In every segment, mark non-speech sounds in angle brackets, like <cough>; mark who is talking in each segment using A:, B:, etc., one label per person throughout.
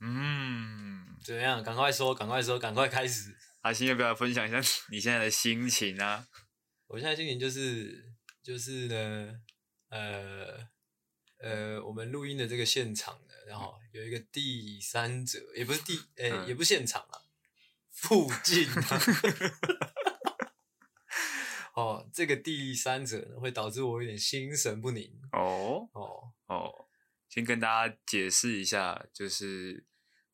A: 嗯，
B: 怎么样？赶快说，赶快说，赶快开始。
A: 阿星要不要分享一下你现在的心情啊？
B: 我现在心情就是就是呢，呃呃，我们录音的这个现场呢，然后有一个第三者，也不是第，呃、
A: 嗯
B: 也不是现场啊，附近啊。 <laughs> 哦，这个第三者呢，会导致我有点心神不宁
A: 哦
B: 哦。
A: 哦，先跟大家解释一下，就是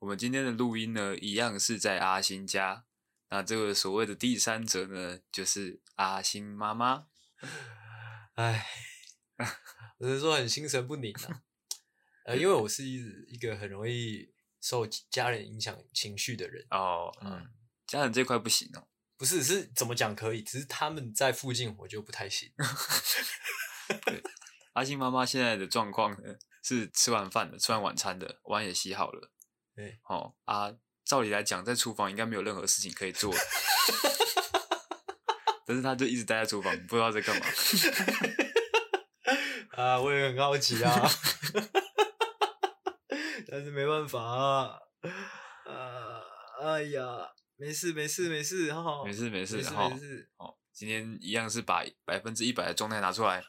A: 我们今天的录音呢，一样是在阿星家。那这个所谓的第三者呢，就是阿星妈妈。
B: 唉， <laughs> 只是说很心神不宁啊。呃，因为我是一一个很容易受家人影响情绪的人，
A: 哦，嗯，家人这块不行哦。
B: 不是是怎么讲可以，只是他们在附近我就不太行。
A: 阿星妈妈现在的状况呢，是吃完饭的，吃完晚餐的，碗也洗好了。
B: 对，
A: 哦啊，照理来讲，在厨房应该没有任何事情可以
B: <laughs>
A: 做的，但是她就一直待在厨房，不知道在干嘛。
B: 啊，我也很好奇啊， <laughs> 但是没办法啊，啊，哎呀，没事没事没事哈，
A: 没事没事
B: 哦没事
A: 哈
B: 没事， <laughs>
A: 哦，今天一样是把百分之一百的状态拿出
B: <laughs>
A: 来。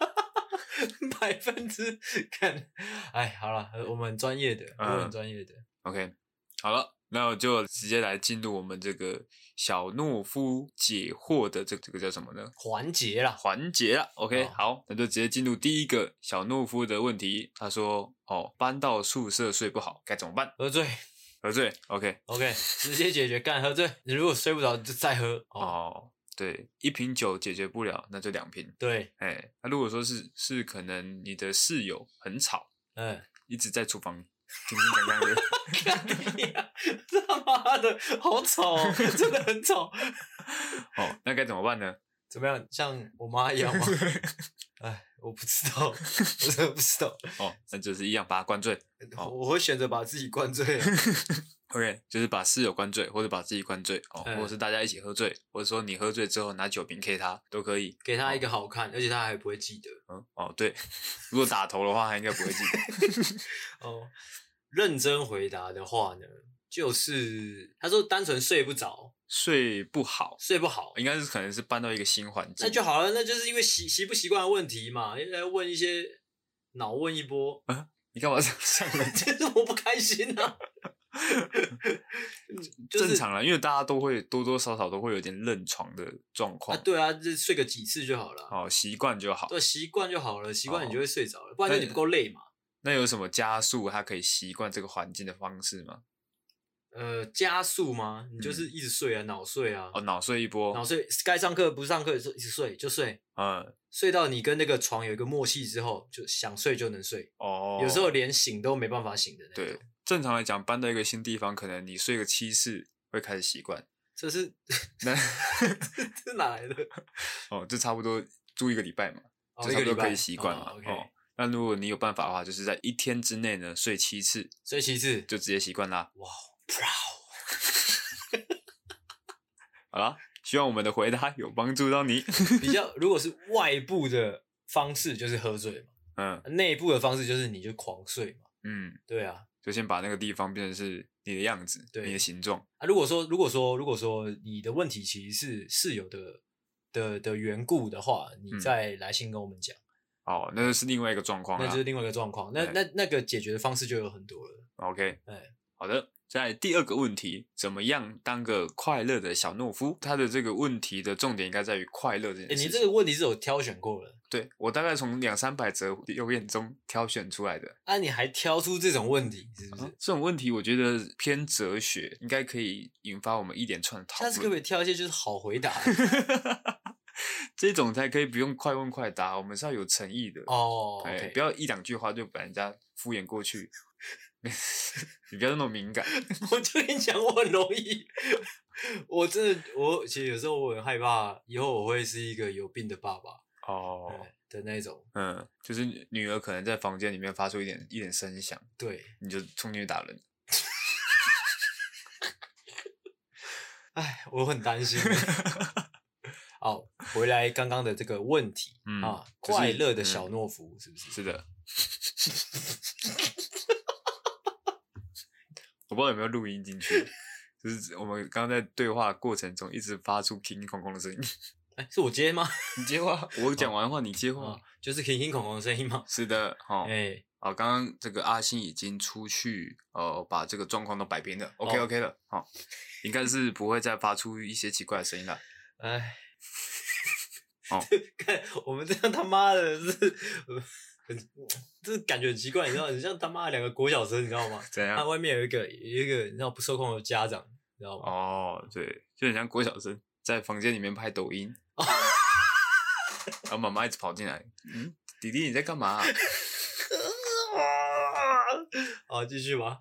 B: 百分之看，哎，好了，呃我们很专业的，我
A: 嗯
B: 很专业的，
A: OK，好了，那我就直接来进入我们这个小懦夫解惑的这这个叫什么呢？
B: 环节啦，
A: 环节了。OK，、
B: 哦
A: 好，那就直接进入第一个小懦夫的问题。他说：“哦，搬到宿舍睡不好，该怎么办？
B: 喝醉
A: 喝醉。”OK，
B: ，OK，直 <laughs> 接解决，干喝醉，你如果睡不着就再喝，
A: 哦
B: 哦，
A: 对，一瓶酒解决不了，那就两瓶。
B: 对，
A: 哎，那如果说是是可能你的室友很吵，
B: <laughs> 嗯，
A: 一直在厨房叮叮当
B: <laughs>
A: 当的。
B: 干你啊他妈的，好吵哦，真的很吵，
A: 哦，那该怎么办呢？
B: <laughs> 怎么样？像我妈一样 <laughs> 吗？哎，我不知 <laughs> 道，我真的不知道。
A: 哦，那就是一样把他灌醉。好
B: 我会选择把自己灌醉 <laughs> 啊。
A: OK，就是把室友灌醉，或者把自己灌醉，哦，
B: 嗯
A: 或者是大家一起喝醉，或者说你喝醉之后拿酒瓶 K 他都可以。
B: 给他一个好看，而且他还不会记得
A: 嗯，哦，对，如果打头的话，他应该不会记得。 <laughs>
B: 哦。认真回答的话呢，就是他说单纯睡不着，
A: 睡不好，
B: 睡不好，
A: 应该是可能是搬到一个新环境。
B: 那就好了，那就是因为习习不习惯的问题嘛，要来问一些脑问一波，
A: 你干嘛这样上
B: <laughs>
A: 来？
B: 就是我不开心
A: <laughs>
B: 啊。就是
A: 正常了，因为大家都会多多少少都会有点认床的状
B: 啊，
A: 况，
B: 对啊，就睡个几次就好了，
A: 哦，习惯就好。
B: 对，习惯就好了，习惯你
A: 哦
B: 就会睡着了，不然就你不够累嘛。
A: 那有什么加速他可以习惯这个环境的方式吗？
B: 呃，加速吗？你就是一直睡啊，脑睡啊，
A: 嗯哦，脑睡一波
B: 脑，睡，该上课不上课的时候一直睡就睡，
A: 嗯，
B: 睡到你跟那个床有一个默契之后，就想睡就能睡，
A: 哦，
B: 有时候连醒都没办法醒的那
A: 对
B: 种。，
A: 正常来讲，搬到一个新地方，可能你睡个七次会开始习惯。
B: 这是
A: 那
B: <laughs> 这是哪
A: <laughs>
B: 来的？
A: 哦，这差不多住一个礼拜嘛，
B: 哦
A: 这
B: 一
A: 差
B: 个
A: 不
B: 礼
A: 多
B: 拜
A: 可以习惯嘛。
B: 哦
A: 哦
B: OK，
A: 那如果你有办法的话，就是在一天之内呢睡七次，
B: 所以其次
A: 就直接习惯啦。
B: 哇
A: <laughs> 好啦，希望我们的回答有帮助到你。 <laughs>
B: <laughs> 比较，如果是外部的方式就是喝醉嘛，
A: 嗯
B: 内部的方式就是你就狂睡嘛，
A: 嗯，
B: 对啊。
A: 就先把那个地方变成是你的样子，
B: 对
A: 你的形状。
B: 啊，如果说如果说如果说你的问题其实是室友的的的缘故的话，你
A: 嗯
B: 再来信跟我们讲，
A: 哦，那就是另外一个状况
B: 那
A: 啦。
B: 就是另外一个状况。那那那个解决的方式就有很多了。
A: OK，
B: 哎
A: 好的。在第二个问题，怎么样当个快乐的小懦夫？他的这个问题的重点应该在于快乐这件
B: 哎、
A: 事情。
B: 你这个问题是有挑选过了
A: 对我大概从两三百则留言中挑选出来的。
B: 啊？你还挑出这种问题，是不是？
A: 这种问题我觉得偏哲学，应该可以引发我们一连串的讨
B: 下次可不可
A: 论。
B: 以挑一些就是好回答
A: <laughs> 这种才可以不用快问快答，我们是要有诚意的。
B: 哦
A: 哎
B: ？OK，
A: 不要一两句话就把人家敷衍过去。 <laughs> 你不要那么敏
B: <laughs>
A: 感。
B: 我就跟你讲，我很容易， <laughs> 我真的，我其实有时候我很害怕，以后我会是一个有病的爸爸
A: 哦
B: 哎的那种。
A: 嗯，就是女儿可能在房间里面发出一点一点声响，
B: 对，
A: 你就冲进去打人。
B: 哎，我很
A: <laughs>
B: 担心。好，回来刚刚的这个问题、
A: 嗯
B: 啊，
A: 就是
B: 快乐的小懦夫、是不是？
A: 是的，我不知道有没有录音进去，就是我们刚刚在对话过程中一直发出“叮叮哐哐”的声音。
B: 哎、是我接吗？
A: 你接话，我讲完话你接话。
B: 哦，就是听听恐龙的声音吗？
A: 是的，
B: 哎、
A: 嗯哦，好，刚刚这个阿星已经出去，呃，把这个状况都摆平了，OK
B: 哦
A: OK 了，好、应该是不会再发出一些奇怪的声音了。
B: 哎，
A: 哦，
B: <laughs> 看我们这样他妈的是， <laughs> 很这感觉很奇怪，你知道，很像他妈的两个国小生，你知道吗？
A: 怎样
B: 他？外面有一个有一个你知道不受控的家长，你知道吗？
A: 哦，对，就很像郭晓生在房间里面拍抖音，
B: 哦
A: 然后妈妈一直跑进来，嗯，弟弟你在干嘛啊、
B: <laughs> 好，继续吧。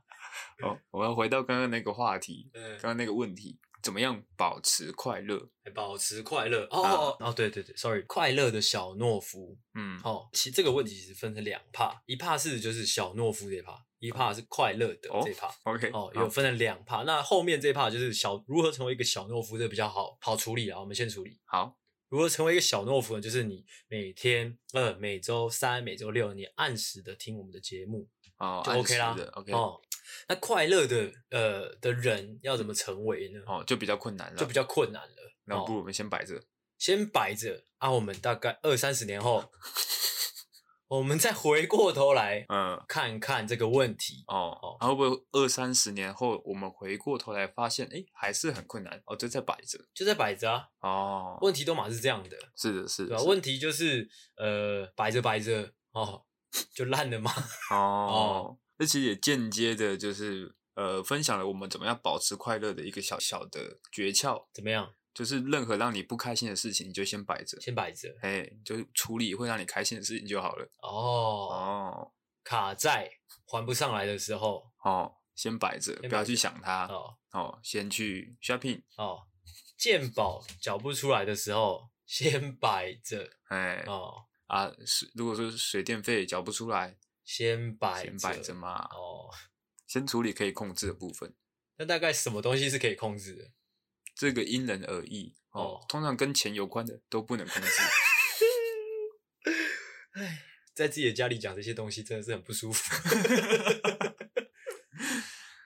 A: 哦，我要回到刚刚那个话题，
B: 嗯
A: 刚，刚那个问题，怎么样保持快乐？
B: 保持快乐。哦
A: 啊
B: 哦哦，对对对，sorry，快乐的小懦夫。
A: 嗯，
B: 哦，其实这个问题其实分成两帕，一帕是就是小懦夫这一帕，一帕是快乐的
A: 哦
B: 这一帕。
A: ，OK，
B: 哦，
A: 好
B: 有分成两帕，那后面这一帕就是小如何成为一个小懦夫，这比较好好处理啊。我们先处理
A: 好，
B: 如何成为一个小懦夫呢？就是你每天呃每周三、每周六，你按时的听我们的节目
A: 哦
B: 就
A: 按
B: OK 啦
A: 时的。，OK，
B: 哦，那快乐的呃的人要怎么成为呢？
A: 哦，就比较困难了，
B: 就比较困难了。
A: 那不
B: 哦
A: 如我们先摆着。
B: 先摆着啊，我们大概二三十年后，我们再回过头来
A: 嗯，
B: 看看这个问题。
A: 哦
B: 哦，
A: 然后会不会二三十年后，我们回过头来发现，哎，还是很困难，哦，就在摆着。
B: 就在摆着啊，
A: 哦，
B: 问题都嘛是这样的，
A: 是的，是
B: 对
A: 的，
B: 吧、
A: 是的
B: 问题就是呃摆着摆着哦 <laughs> 就烂了嘛，
A: 哦，这其实也间接的，就是呃，分享了我们怎么样保持快乐的一个小小的诀窍，
B: 怎么样？
A: 就是任何让你不开心的事情，你就先摆着，
B: 先摆着
A: 哎、就处理会让你开心的事情就好了。
B: 哦
A: 哦
B: 卡债还不上来的时候，
A: 哦，先摆着，
B: 先
A: 不要
B: 摆
A: 去
B: 着
A: 想它。哦
B: 哦
A: 先去 shopping，
B: 哦，鉴宝缴不出来的时候，先摆着
A: 哎、
B: 哦，
A: 啊，水如果说水电费缴不出来，
B: 先摆
A: 先摆着嘛，
B: 哦。
A: 先处理可以控制的部分。
B: 那大概什么东西是可以控制的？
A: 这个因人而异哦，
B: 哦
A: 通常跟钱有关的都不能控制。
B: 在自己的家里讲这些东西真的是很不舒服。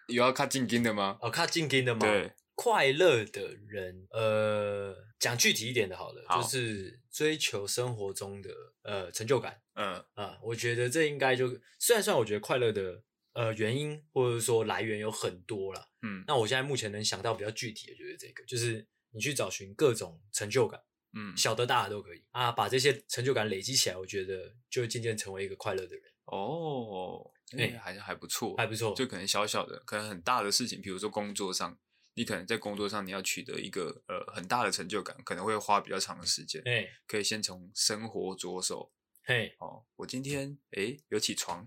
A: 有要看进金的吗？
B: 哦，靠近近的嘛，
A: 对，
B: 快乐的人，呃，讲具体一点的好了，
A: 好
B: 就是追求生活中的呃成就感
A: 嗯，
B: 啊、我觉得这应该就虽然虽然我觉得快乐的呃原因或者说来源有很多啦，
A: 嗯
B: 那我现在目前能想到比较具体的就是这个，就是你去找寻各种成就感，
A: 嗯，
B: 小的大的都可以啊，把这些成就感累积起来，我觉得就会渐渐成为一个快乐的人，
A: 哦，哎、
B: 哎
A: 还还不错，
B: 还不错。
A: 就可能小小的，可能很大的事情，比如说工作上，你可能在工作上你要取得一个呃很大的成就感，可能会花比较长的时间，
B: 哎
A: 可以先从生活着手。
B: 嘿，
A: 哦，我今天哎、有起床，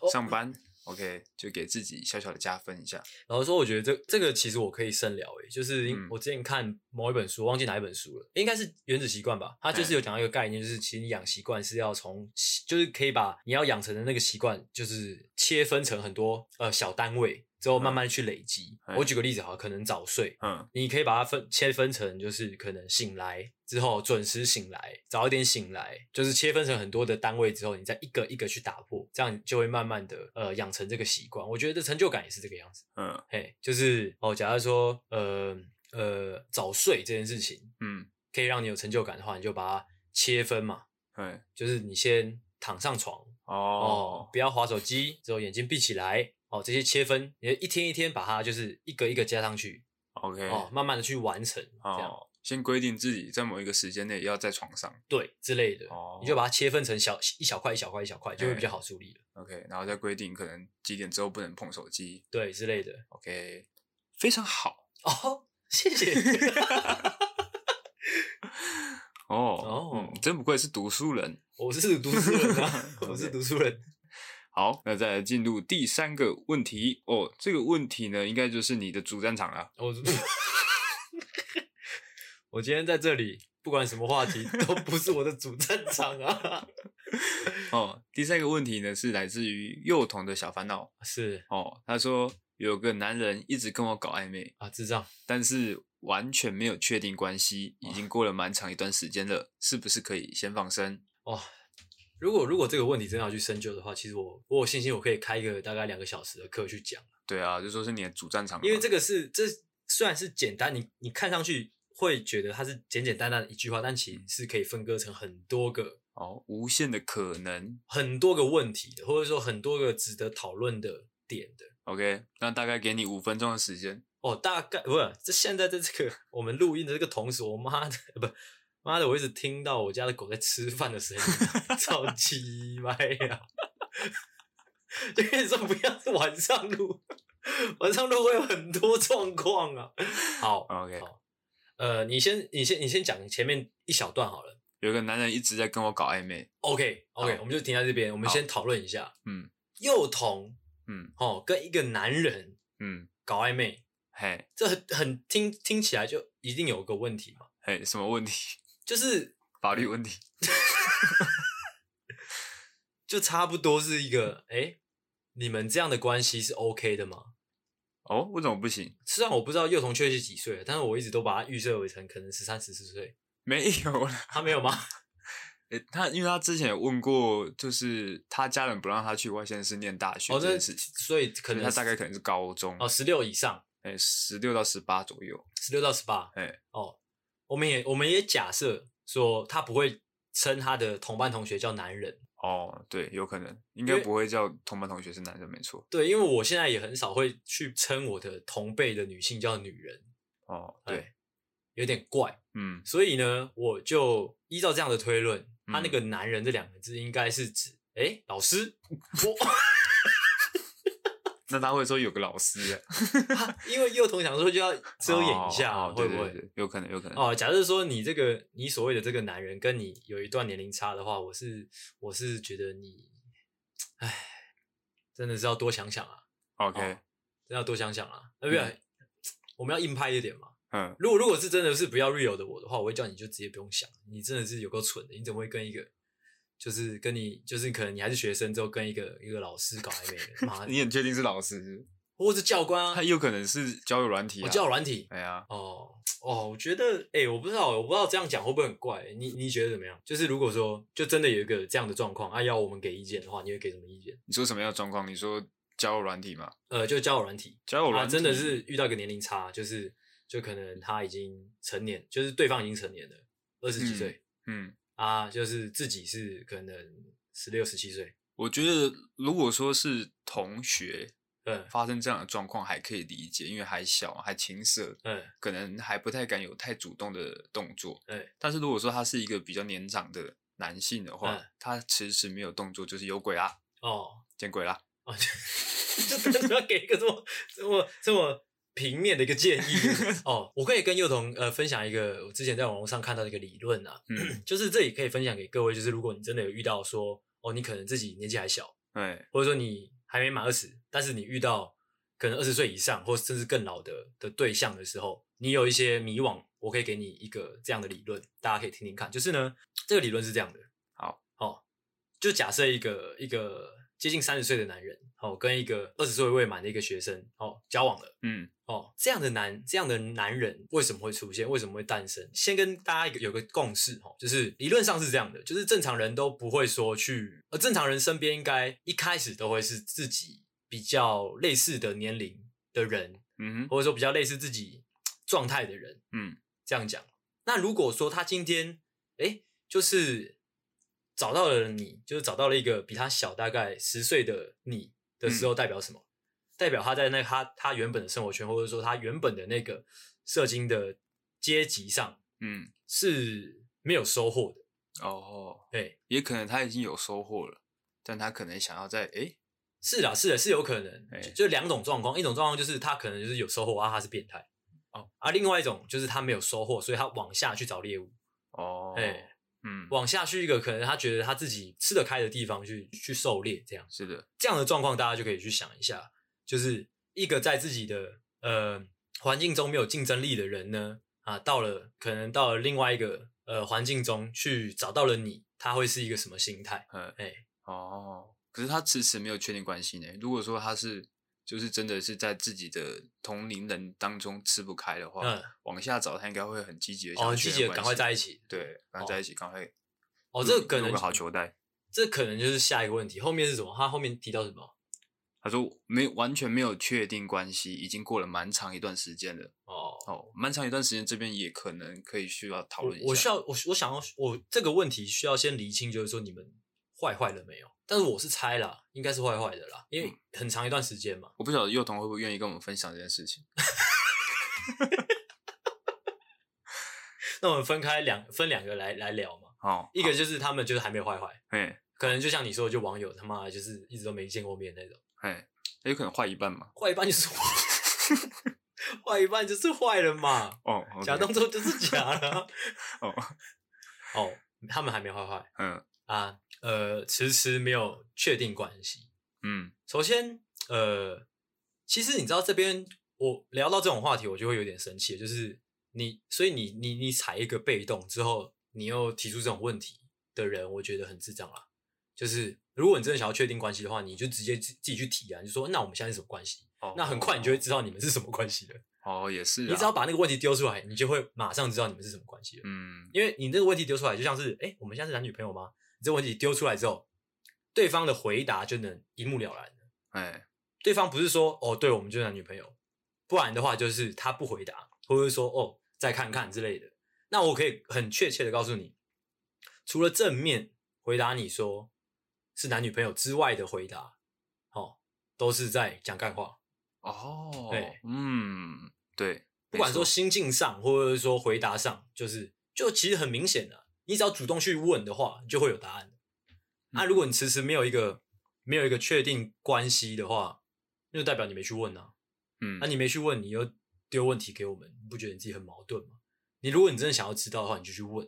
B: 哦
A: 上班、o k 就给自己小小的加分一下。
B: 然后说，我觉得这这个其实我可以深聊诶、就是因
A: 嗯
B: 我之前看某一本书，忘记哪一本书了，应该是《原子习惯》吧。它就是有讲到一个概念，就是其实你养习惯是要从习，就是可以把你要养成的那个习惯，就是切分成很多呃小单位，之后慢慢去累积。
A: 哎
B: 我举个例子哈，可能早睡，
A: 嗯
B: 你可以把它分切分成，就是可能醒来之后准时醒来，早一点醒来，就是切分成很多的单位之后，你再一个一个去打破，这样你就会慢慢的呃养成这个习惯。我觉得成就感也是这个样子。
A: 嗯
B: 嘿，就是哦，假如说呃呃早睡这件事情
A: 嗯，
B: 可以让你有成就感的话，你就把它切分嘛，
A: 对，
B: 就是你先躺上床哦
A: 哦，
B: 不要划手机，之后眼睛闭起来哦，这些切分，你一天一天把它就是一个一个加上去
A: o k
B: 哦，慢慢的去完成，这样、
A: 哦，先规定自己在某一个时间内要在床上
B: 对之类的，
A: 哦
B: 你就把它切分成小一小块一小块一小块，就会比
A: 哎
B: 较好处理了，
A: ，OK，然后再规定可能几点之后不能碰手机
B: 对之类的
A: ，OK，非常好。
B: 哦，谢谢，
A: 哦
B: 哦，
A: 嗯，真不愧是读书人。
B: <laughs> 我是读书人啊，我是
A: OK
B: 读书人，
A: 好，那再来进入第三个问题哦，这个问题呢，应该就是你的主战场了。
B: 我 <laughs> 我今天在这里，不管什么话题，都不是我的主战场 <laughs> 啊。
A: 哦，第三个问题呢是来自于幼童的小烦恼
B: 是
A: 哦，他说有个男人一直跟我搞暧昧，
B: 啊，智障。
A: 但是完全没有确定关系，已经过了蛮长一段时间了，是不是可以先放生？
B: 哇，如果如果这个问题真的要去深究的话，其实我我有信心我可以开一个大概两个小时的课去讲，
A: 对啊，就说是你的主战场嘛，
B: 因为这个是这虽然是简单，你你看上去会觉得它是简简单单的一句话，但其实是可以分割成很多个
A: 哦无限的可能。
B: 很多个问题的，或者说很多个值得讨论的点的。
A: OK，那大概给你五分钟的时间。
B: 哦，大概不是这现在在这个我们录音的这个同时，我妈的不妈的，我一直听到我家的狗在吃饭的声音，超鸡掰呀！ <laughs> 就跟你说不要是晚上录，晚上录会有很多状况啊。好，
A: OK，
B: 好呃，你先你先你先讲前面一小段好了。
A: 有一个男人一直在跟我搞暧昧，
B: OK OK，
A: 好
B: 我们就停在这边，我们
A: 好
B: 先讨论一下
A: 嗯
B: 幼童
A: 嗯
B: 哦跟一个男人
A: 嗯，
B: 搞暧昧，
A: 嘿
B: 这很很听听起来就一定有个问题嘛，
A: 嘿，什么问题？ <laughs>
B: 就是
A: 法律问题？
B: 就差不多是一个，哎、你们这样的关系是 OK 的吗？
A: 哦，为什么不行？
B: 虽然我不知道幼童确切几岁了，但是我一直都把它预设为成可能十三、十四岁。
A: 没有啦。
B: 他没有吗？
A: <laughs> 诶他因为他之前有问过，就是他家人不让他去外县市念大学
B: <laughs> 哦，
A: 这
B: 这
A: 件事情，
B: 所以可
A: 所以
B: 能
A: 他大概可能是高中，
B: 哦十六以上，
A: 哎，十六到十八左右。
B: 十六到十八。
A: 哎
B: 哦，我们也我们也假设说他不会称他的同班同学叫男人。
A: 哦，对，有可能，应
B: 因
A: 该
B: 为
A: 不会叫同班同学是男生，没错。
B: 对，因为我现在也很少会去称我的同辈的女性叫女人，
A: 哦，
B: 哎
A: 对，，
B: 有点怪。
A: 嗯
B: 所以呢，我就依照这样的推论，
A: 嗯
B: 他那个“男人”这两个字应该是指，哎、老师， <laughs>
A: 那他会说有个老师啊，
B: 他因为幼童想说就要遮掩一下，啊
A: 哦哦
B: 会
A: 对
B: 不会？
A: 对对有可能，有可 <laughs> 能。
B: 哦，假设说你这个你所谓的这个男人跟你有一段年龄差的话，我是我是觉得你，哎，真的是要多想想啊，
A: OK，
B: 真的要多想想啊，对不对？
A: 嗯
B: 我们要硬派一点嘛。
A: 嗯，
B: 如果如果是真的是不要 real 的我的话，我会叫你就直接不用想，你真的是有够蠢的，你怎么会跟一个就是跟你就是可能你还是学生之后跟一个一个老师搞暧昧的，妈，
A: 你很确定是老师？
B: 或是教官
A: 他
B: 啊，
A: 有可能是交友软体
B: 我
A: 啊。
B: 教软体。
A: 哎呀，
B: 哦哦，我觉得，哎、我不知道，我不知道这样讲会不会很怪、你你觉得怎么样？就是如果说，就真的有一个这样的状况，啊，要我们给意见的话，你会给什么意见？
A: 你说什么样的状况？你说交友软体吗？
B: 呃，就交友软体，
A: 交友
B: 啊，
A: 软体
B: 真的是遇到一个年龄差，就是就可能他已经成年，就是对方已经成年了，二十几
A: 嗯
B: 岁，
A: 嗯。
B: 啊，就是自己是可能十六、十七岁，
A: 我觉得，如果说是同学
B: 嗯
A: 发生这样的状况，还可以理解，因为还小，还青涩，
B: 嗯
A: 可能还不太敢有太主动的动作。
B: 哎
A: 但是如果说他是一个比较年长的男性的话，
B: 嗯
A: 他迟迟没有动作，就是有鬼啦，
B: 哦
A: 见鬼啦！
B: 哦， <laughs> 就就真的要给一个这么这么这么平面的一个建议哦。我可以跟幼童呃分享一个我之前在网络上看到的一个理论啊，
A: 嗯，
B: <clears throat> 就是这里可以分享给各位，就是如果你真的有遇到说哦，你可能自己年纪还小，
A: 对，
B: 或者说你还没满二十，但是你遇到可能二十岁以上或甚至更老的的对象的时候，你有一些迷惘，我可以给你一个这样的理论，大家可以听听看。就是呢，这个理论是这样的。
A: 好，
B: 哦，就假设一个一个接近三十岁的男人，哦，跟一个二十岁未满的一个学生，哦，交往了。
A: 嗯
B: 哦，这样的男这样的男人为什么会出现？为什么会诞生？先跟大家一个有个共识哦，就是理论上是这样的，就是正常人都不会说去，呃，正常人身边应该一开始都会是自己比较类似的年龄的人，
A: 嗯哼，
B: 或者说比较类似自己状态的人，
A: 嗯
B: 这样讲。那如果说他今天，哎，就是找到了你，就是找到了一个比他小大概十岁的你的时候，
A: 嗯
B: 代表什么？代表他在那他他原本的生活圈，或者说他原本的那个社经的阶级上
A: 嗯，
B: 是没有收获的。
A: 哦，
B: 对，
A: 也可能他已经有收获了，但他可能想要在诶，
B: 是啦，是的，是有可能。
A: 哎
B: 就就两种状况，一种状况就是他可能就是有收获啊，他是变态。
A: 哦，
B: 啊，另外一种就是他没有收获，所以他往下去找猎物。
A: 哦，
B: 哎
A: 嗯，
B: 往下去一个可能他觉得他自己吃得开的地方去去狩猎，这样
A: 是的，
B: 这样的状况大家就可以去想一下，就是一个在自己的呃环境中没有竞争力的人呢，啊，到了可能到了另外一个呃环境中去找到了你，他会是一个什么心态？
A: 嗯，
B: 哎、
A: 哦，可是他迟迟没有确定关系呢。如果说他是就是真的是在自己的同龄人当中吃不开的话，
B: 嗯，哦
A: 往下找他应该会很积极的，
B: 哦，积极的赶快在
A: 一
B: 一起。
A: 对，赶快在一起，赶快
B: 哦，这
A: 入
B: 个可
A: 入
B: 能
A: 嗯个好球带，
B: 这可能就是下一个问题。后面是什么？他后面提到什么？
A: 他说没完全没有确定关系，已经过了蛮长一段时间了。
B: 哦，
A: 哦，蛮长一段时间，这边也可能可以需要讨
B: 我
A: 论一下。
B: 我需要我我想要我这个问题需要先厘清，就是说你们坏坏了没有？但是我是猜啦，应该是坏坏的啦，因
A: 嗯
B: 为很长一段时间嘛。
A: 我不晓得幼童会不会愿意跟我们分享这件事情。
B: 那我们分开两分两个来来聊嘛，
A: 哦，
B: 一个就是他们就是还没有坏坏，
A: 嘿，
B: 可能就像你说的，就网友他妈的就是一直都没见过面那种，
A: 嘿，那有可能坏一半嘛。
B: 坏一半就是坏一半就是坏了嘛，
A: 哦，OK，
B: 假动作就是假了。
A: 哦，
B: <laughs> 哦，他们还没坏坏
A: 嗯
B: 啊，呃，迟迟没有确定关系。
A: 嗯
B: 首先，呃，其实你知道这边我聊到这种话题，我就会有点生气，就是你，所以你你你踩一个被动之后，你又提出这种问题的人，我觉得很智障啦。就是如果你真的想要确定关系的话，你就直接自自己去提啊，你就说那我们现在是什么关系？
A: 哦，
B: 那很快你就会知道你们是什么关系了。
A: 哦，也是、啊，
B: 你只要把那个问题丢出来，你就会马上知道你们是什么关系了。
A: 嗯
B: 因为你这个问题丢出来，就像是哎、诶我们现在是男女朋友吗？你这个问题丢出来之后，对方的回答就能一目了然。
A: 哎
B: 对方不是说哦，对我们就是男女朋友，不然的话就是他不回答，或者是说哦再看看之类的。那我可以很确切的告诉你，除了正面回答你说是男女朋友之外的回答，哦，都是在讲干话。
A: 哦，
B: 对
A: 嗯对，
B: 不管
A: 没
B: 说
A: 错
B: 心境上，或者是说回答上，就是就其实很明显的、你只要主动去问的话，你就会有答案。
A: 嗯
B: 那、啊、如果你迟迟没有一个没有一个确定关系的话，那就代表你没去问啊。
A: 嗯
B: 那、你没去问，你又丢问题给我们，你不觉得你自己很矛盾吗？你如果你真的想要知道的话，你就去问。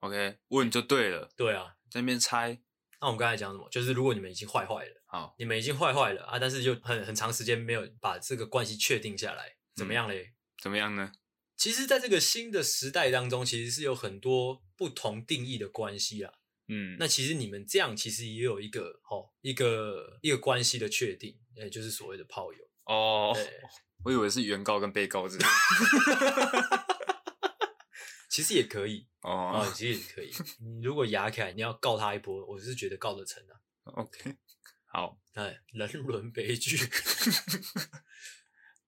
A: OK 问就对了，
B: 对啊，
A: 在那边猜
B: 那我们刚才讲什么？就是如果你们已经坏坏了，
A: 好，
B: 你们已经坏坏了啊，但是就很很长时间没有把这个关系确定下来，
A: 嗯
B: 怎么样嘞？
A: 怎么样呢？
B: 其实，在这个新的时代当中，其实是有很多不同定义的关系啦。
A: 嗯，
B: 那其实你们这样，其实也有一个哦，一个一个关系的确定，也就是所谓的炮友。
A: 哦，
B: 对，
A: <laughs> 我以为是原告跟被告之类的。
B: 其实也可以啊、
A: 哦
B: 哦，其实也可以。你如果牙起来，你要告他一波，我是觉得告得成啊。
A: <laughs> ，OK，好
B: 哎，人伦悲剧。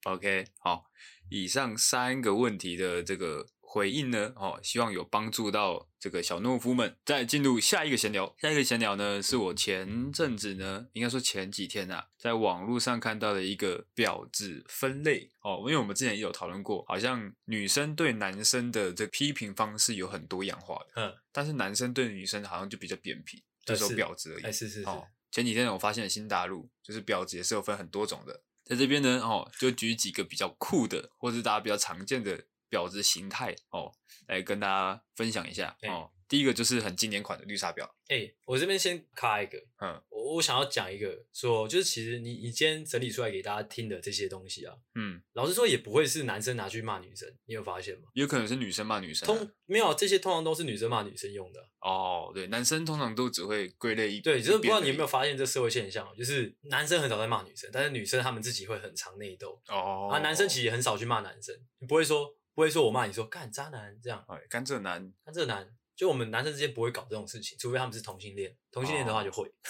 A: ，OK，好，以上三个问题的这个回应呢，哦，希望有帮助到这个小懦夫们。再进入下一个闲聊，下一个闲聊呢，是我前阵子呢，应该说前几天啊，在网络上看到的一个表子分类哦，因为我们之前也有讨论过，好像女生对男生的这批评方式有很多样化的，
B: 嗯，
A: 但是男生对女生好像就比较扁平，就只有
B: 是
A: 婊子而已。
B: 哎，是是是，
A: 哦，前几天我发现了新大陆，就是婊子也是有分很多种的。在这边呢，哦，就举几个比较酷的，或是大家比较常见的婊子形态哦，来跟大家分享一下
B: 对
A: 哦。第一个就是很经典款的绿茶婊，
B: 哎、我这边先卡一个，
A: 嗯
B: 我我想要讲一个，说就是其实你你今天整理出来给大家听的这些东西啊，
A: 嗯，
B: 老实说也不会是男生拿去骂女生，你有发现吗？
A: 也有可能是女生骂女生啊、
B: 通没有这些，通常都是女生骂女生用的。啊
A: 哦，对，男生通常都只会归类一
B: 对，就是不知道你有没有
A: 一
B: 发现这社会现象，啊就是男生很少在骂女生，但是女生他们自己会很常内斗、
A: 边而已哦
B: 啊。男生其实也很少去骂男生，不会说不会说我骂你说干渣男这样，
A: 哎甘蔗男
B: 但这个男就我们男生之间不会搞这种事情，除非他们是同性恋，同性恋
A: 哦
B: 的话就会。 <laughs>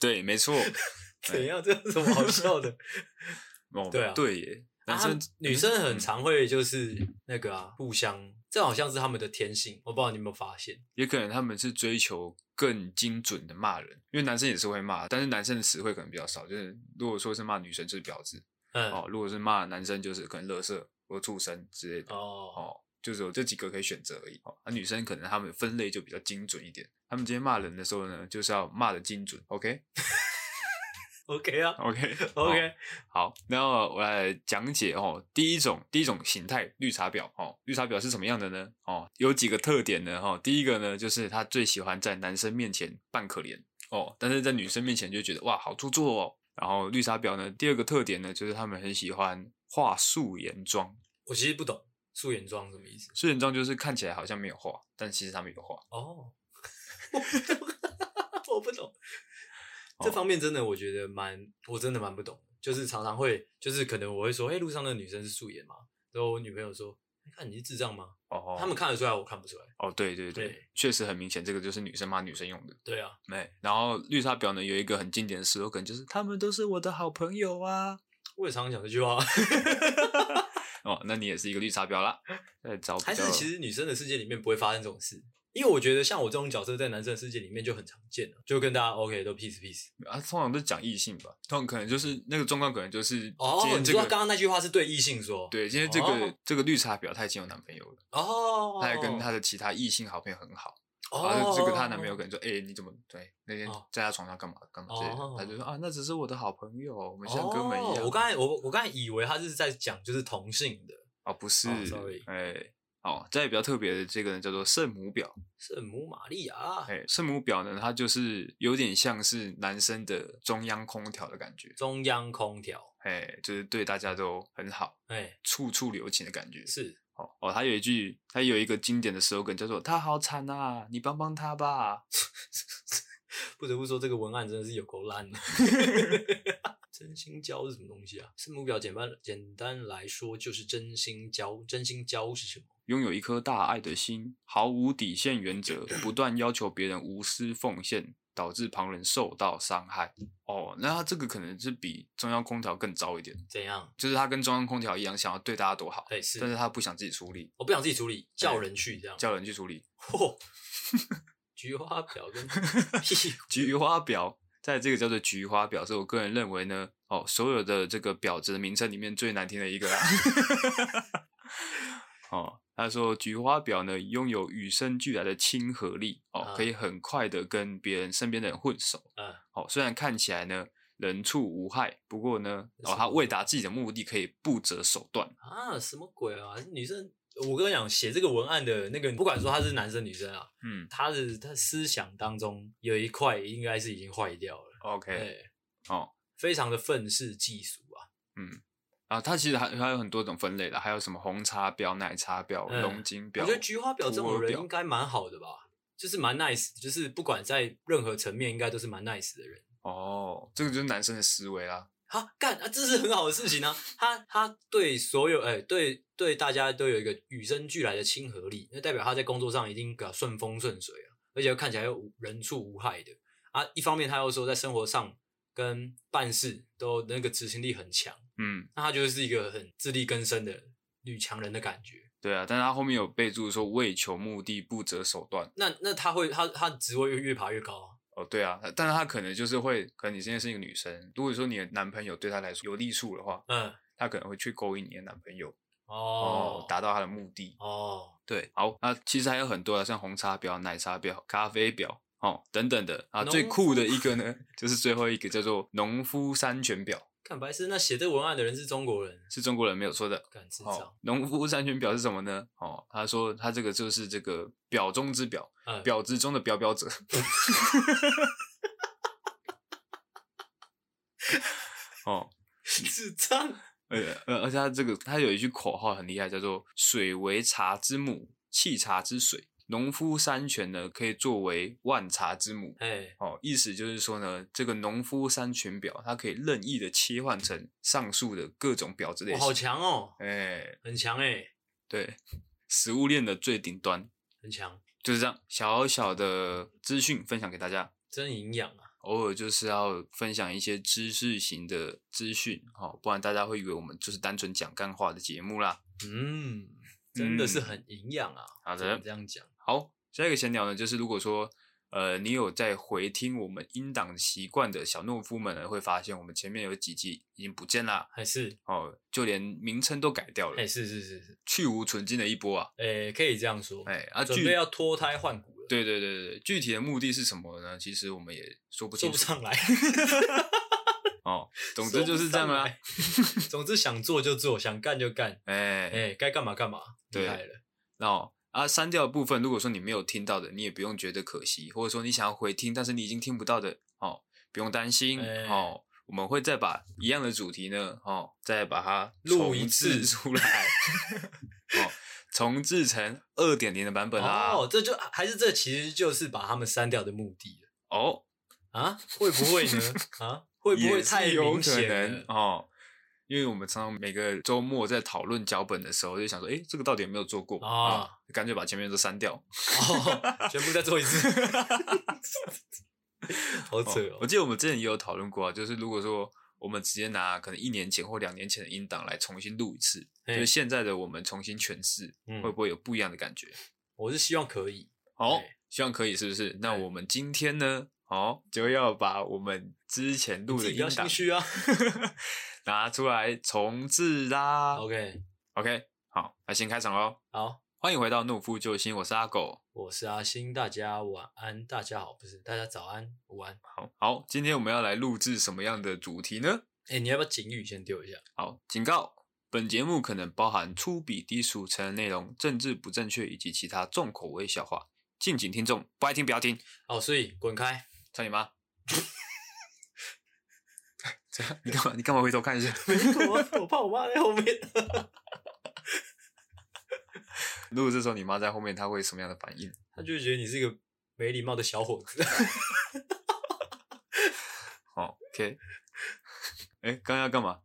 A: 对，没错，
B: 怎样？这有什么好笑的？
A: 哦，
B: 对啊
A: 对耶， <laughs> 男
B: 啊他
A: 生嗯
B: 们女生很常会就是那个啊，互相，这好像是他们的天性，我不知道你有没有发现。
A: 也可能他们是追求更精准的骂人，因为男生也是会骂，但是男生的词汇可能比较少。就是如果说是骂女生就是婊子、
B: 嗯，
A: 哦，如果是骂男生就是可能垃圾或畜生之类的哦
B: 哦，
A: 就是有这几个可以选择而已。哦，那、女生可能他们分类就比较精准一点，他们今天骂人的时候呢，就是要骂的精准。OK
B: OK 啊
A: OK 哦
B: ，OK，
A: 好，那我来讲解哦。第一种，第一种形态，绿茶婊哦。绿茶婊是什么样的呢？哦，有几个特点呢？哦，第一个呢，就是她最喜欢在男生面前扮可怜哦，但是在女生面前就觉得哇，好做作哦。然后绿茶婊呢，第二个特点呢，就是他们很喜欢化素颜妆。
B: 我其实不懂素颜妆什么意思。
A: 素颜妆就是看起来好像没有化，但其实他们有化。
B: 哦， <laughs> 我不懂，这
A: 哦
B: 方面真的我觉得蛮，我真的蛮不懂的，就是常常会，就是可能我会说，哎、路上的女生是素颜嘛，然后我女朋友说，哎、看你是智障吗？
A: 哦，
B: 他们看得出来，我看不出来。
A: 哦，对对对，
B: 对
A: 确实很明显，这个就是女生骂女生用的。
B: 对啊，
A: 没，然后绿茶婊呢有一个很经典的 slogan，就是他们都是我的好朋友啊。
B: 我也常常讲这句 <laughs> 话。
A: 哦，那你也是一个绿茶婊啦。在找比
B: 还是
A: 较
B: 其实女生的世界里面不会发生这种事，因为我觉得像我这种角色在男生的世界里面就很常见了，就跟大家 OK 都 peace peace。
A: 啊，通常都是讲异性吧，通常可能就是那个状况，可能就是
B: 哦，
A: 今天
B: 你
A: 这
B: 说刚
A: 个。
B: 刚那句话是对异性说，，
A: 对，今天这个、
B: 哦
A: 这个绿茶婊她已经有男朋友了，
B: 哦，
A: 她还跟她的其他异性好朋友很好，
B: 哦，
A: 然后这个她男朋友可能说，哎、你怎么对那天
B: 哦
A: 在她床上干嘛干嘛之类
B: 哦
A: 的，她就说啊，那只是我的好朋友，我们像哥们一样。
B: 哦我刚才我我刚才以为他是在讲就是同性的
A: 哦，不是，
B: sorry
A: 哎、哦，再比较特别的这个呢，叫做圣母婊。
B: 圣母玛利亚
A: 哎、圣母婊呢，它就是有点像是男生的中央空调的感觉，
B: 中央空调，
A: 哎、就是对大家都很好，
B: 哎，
A: 处处留情的感觉。
B: 是
A: 哦哦，他有一句，他有一个经典的 slogan 叫做“他好惨啊，你帮帮他吧
B: 不得不说这个文案真的是有够烂的。 <laughs> 真心交是什么东西啊？圣母表简单简单来说就是真心交，真心交是什么？”。
A: 拥有一颗大爱的心，毫无底线原则，不断要求别人无私奉献，导致旁人受到伤害。哦，那他这个可能是比中央空调更糟一点。
B: 怎样？
A: 就是他跟中央空调一样，想要对大家多好，
B: 哎，是
A: 但是他不想自己出力，
B: 我不想自己处理，叫人去这样。
A: 叫人去处理。
B: 嚯，菊花婊跟屁股
A: 菊花婊，在这个叫做菊花婊，是我个人认为呢，哦，所有的这个婊子的名称里面最难听的一
B: <laughs>
A: 个啦。哦，他说菊花婊呢，拥有与生俱来的亲和力，哦
B: 啊，
A: 可以很快的跟别人身边的人混熟。
B: 嗯，
A: 哦，虽然看起来呢。人畜无害，不过呢，
B: 是
A: 哦，他为达自己的目的可以不择手段。
B: 啊，什么鬼啊？女生，我跟你讲，写这个文案的那个，不管说他是男生女生啊，
A: 嗯
B: 他的他思想当中有一块应该是已经坏掉了，
A: ，OK，
B: 对，
A: 哦，
B: 非常的愤世嫉俗啊，
A: 嗯，啊，它其实还还有很多种分类的，还有什么红茶婊、奶茶婊、
B: 嗯
A: 龙井婊。
B: 我觉得菊花婊这种人
A: 普洱婊
B: 应该蛮好的吧，就是蛮 nice，的就是不管在任何层面，应该都是蛮 nice 的人。
A: 哦，这个就是男生的思维啦。
B: 哈，干啊，这是很好的事情啊！他他对所有哎、对对大家都有一个与生俱来的亲和力，那代表他在工作上一定搞顺风顺水啊，而且看起来又无人畜无害的啊。一方面他又说在生活上跟办事都那个执行力很强，
A: 嗯，
B: 那他就是一个很自力更生的女强人的感觉。
A: 对啊，但是他后面有备注说为求目的不择手段。
B: 那那他会他他职位越越爬越高啊。
A: 哦，对啊，但是他可能就是会，可能你现在是一个女生，如果说你的男朋友对她来说有利处的话，
B: 嗯，
A: 她可能会去勾引你的男朋友，
B: 哦，
A: 达到她的目的。
B: 哦，
A: 对，好，那其实还有很多啊，像红茶婊、奶茶婊、咖啡婊。哦，等等的啊，
B: 农
A: 最酷的一个
B: <laughs>
A: 呢，就是最后一个叫做农夫山泉婊。
B: 看白痴，那写这文案的人是中国人，
A: 是中国人没有错的。
B: 干智
A: 哦
B: 障。，
A: 农夫山泉婊是什么呢？哦，他说他这个就是这个婊中之婊，
B: 嗯，
A: 婊之中的表表者。 <laughs> 哦，
B: <laughs> 智障。
A: 而且呃，而且他这个他有一句口号很厉害，叫做“水为茶之母，弃茶之水”。农夫山泉呢，可以作为万茶之母。
B: 哎，
A: 哦，意思就是说呢，这个农夫山泉婊，它可以任意的切换成上述的各种婊子类
B: 哇，
A: 型
B: 好。强哦，
A: 哎、
B: 很强哎、
A: 对，食物链的最顶端
B: 很强，
A: 就是这样，小小的资讯分享给大家。
B: 真营养啊！
A: 偶尔就是要分享一些知识型的资讯，哦，不然大家会以为我们就是单纯讲干话的节目啦。
B: 嗯，真的是很营养啊。
A: 好的
B: 只能这样讲。
A: 好，下一个闲聊呢，就是如果说呃你有在回听我们音档习惯的小懦夫们呢，会发现我们前面有几集已经不见啦，
B: 还是，
A: 哦，就连名称都改掉
B: 哎、
A: 了，
B: 是是是是，
A: 去无存精的一波啊，
B: 哎、可以这样说。
A: 哎啊，
B: 准
A: 具
B: 备要脱胎换骨了，
A: 对对对对，具体的目的是什么呢？其实我们也说不
B: 说
A: 清
B: 不
A: 楚。
B: 上来。 <laughs>
A: 哦，总之就是这样啊啦、
B: 说不上来。总之想做就做，想干就干，
A: 哎、
B: 哎、该干嘛干嘛。
A: 对
B: 厉害了，
A: 那、哦、啊，删掉的部分，如果说你没有听到的，你也不用觉得可惜，或者说你想要回听，但是你已经听不到的，哦，不用担心、
B: 哎
A: 哦。我们会再把一样的主题呢，哦，再把它
B: 录一
A: 重制
B: 次
A: 出来，哦，重制成二点零的版本啦。
B: 哦，这就还是这其实就是把他们删掉的目的了
A: 哦，
B: <laughs> 啊？会不会呢？啊，会不
A: 也
B: 会
A: 是
B: 太
A: 有
B: 明
A: 可
B: 显
A: 能
B: 了？
A: 哦。因为我们常常每个周末在讨论脚本的时候，就想说，哎，这个到底有没有做过
B: 啊
A: 啊？干脆把前面都删掉。
B: 哦，全部再做一 <laughs> 次，好扯
A: 我
B: 哦。
A: 记得我们之前也有讨论过啊，就是如果说我们直接拿可能一年前或两年前的音档来重新录一次，就
B: 嘿
A: 是现在的我们重新诠释，
B: 嗯
A: 会不会有不一样的感觉？
B: 我是希望可以，
A: 好
B: 对，
A: 希望可以，是不是？那
B: 对
A: 我们今天呢，哦，就要把我们之前录
B: 自
A: 的
B: 己
A: 音
B: 不要
A: 档
B: 心虚啊。
A: <laughs> 拿出来重置啦。
B: OK，
A: OK，好，那先开场喽。
B: 好，
A: 欢迎回到《怒夫救星》，我是阿狗。
B: 我是阿星，大家晚安，大家好，不是大家早安午安。
A: 好，好，今天我们要来录制什么样的主题呢？
B: 哎、你要不要警语先丢一下？
A: 好，警告：本节目可能包含粗鄙、低俗、成人内容、政治不正确以及其他重口味笑话，敬请听众不爱听不要听，
B: 哦，所以滚开。
A: 操你妈！ <laughs> 这样你干嘛？你干嘛回头看一下？
B: <laughs>
A: <laughs>
B: 我我怕我妈在后面。 <laughs>
A: 如果这时候你妈在后面，她会什么样的反应？
B: 他就会觉得你是一个没礼貌的小伙子。
A: 哦，OK。哎，刚刚要干嘛？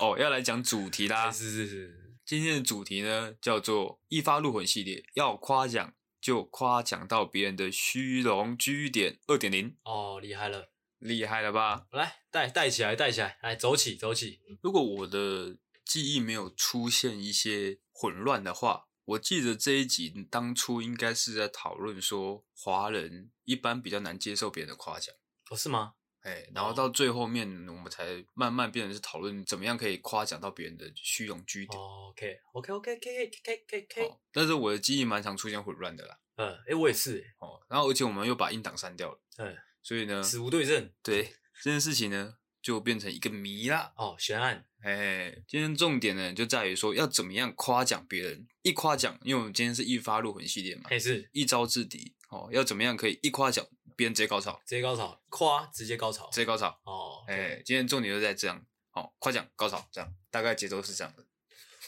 A: 哦，要来讲主题
B: <laughs>
A: 啦。
B: 啊是是是，
A: 今天的主题呢，叫做“一发入魂”系列，要夸奖就夸奖到别人的虚荣居点二点零，
B: 哦，厉害了，
A: 厉害了吧？
B: 来带带起来，带起来，来走起走起。
A: 如果我的记忆没有出现一些混乱的话，我记得这一集当初应该是在讨论说，华人一般比较难接受别人的夸奖。
B: 哦，是吗？
A: 哎，然后到最后面，我们才慢慢变成是讨论怎么样可以夸奖到别人的虚荣居点。
B: 哦，OK OK OK OK OK OK OK。
A: 哦但是我的记忆蛮常出现混乱的啦。
B: 嗯，哎、我也是、
A: 哦，然后而且我们又把音档删掉了，
B: 嗯，
A: 所以呢，
B: 死无对证。
A: 对这件事情呢，就变成一个谜啦。
B: 哦，悬案。
A: 哎，今天重点呢，就在于说要怎么样夸奖别人。一夸奖，因为我们今天是一发入魂系列嘛
B: 哎、，是
A: 一招制敌哦，要怎么样可以一夸奖别人直接高潮，
B: 直接高潮，夸直接高潮。
A: 直接高潮。
B: 哦，
A: 哎，今天重点就在这样，哦，夸奖高潮这样，大概节奏是这样的。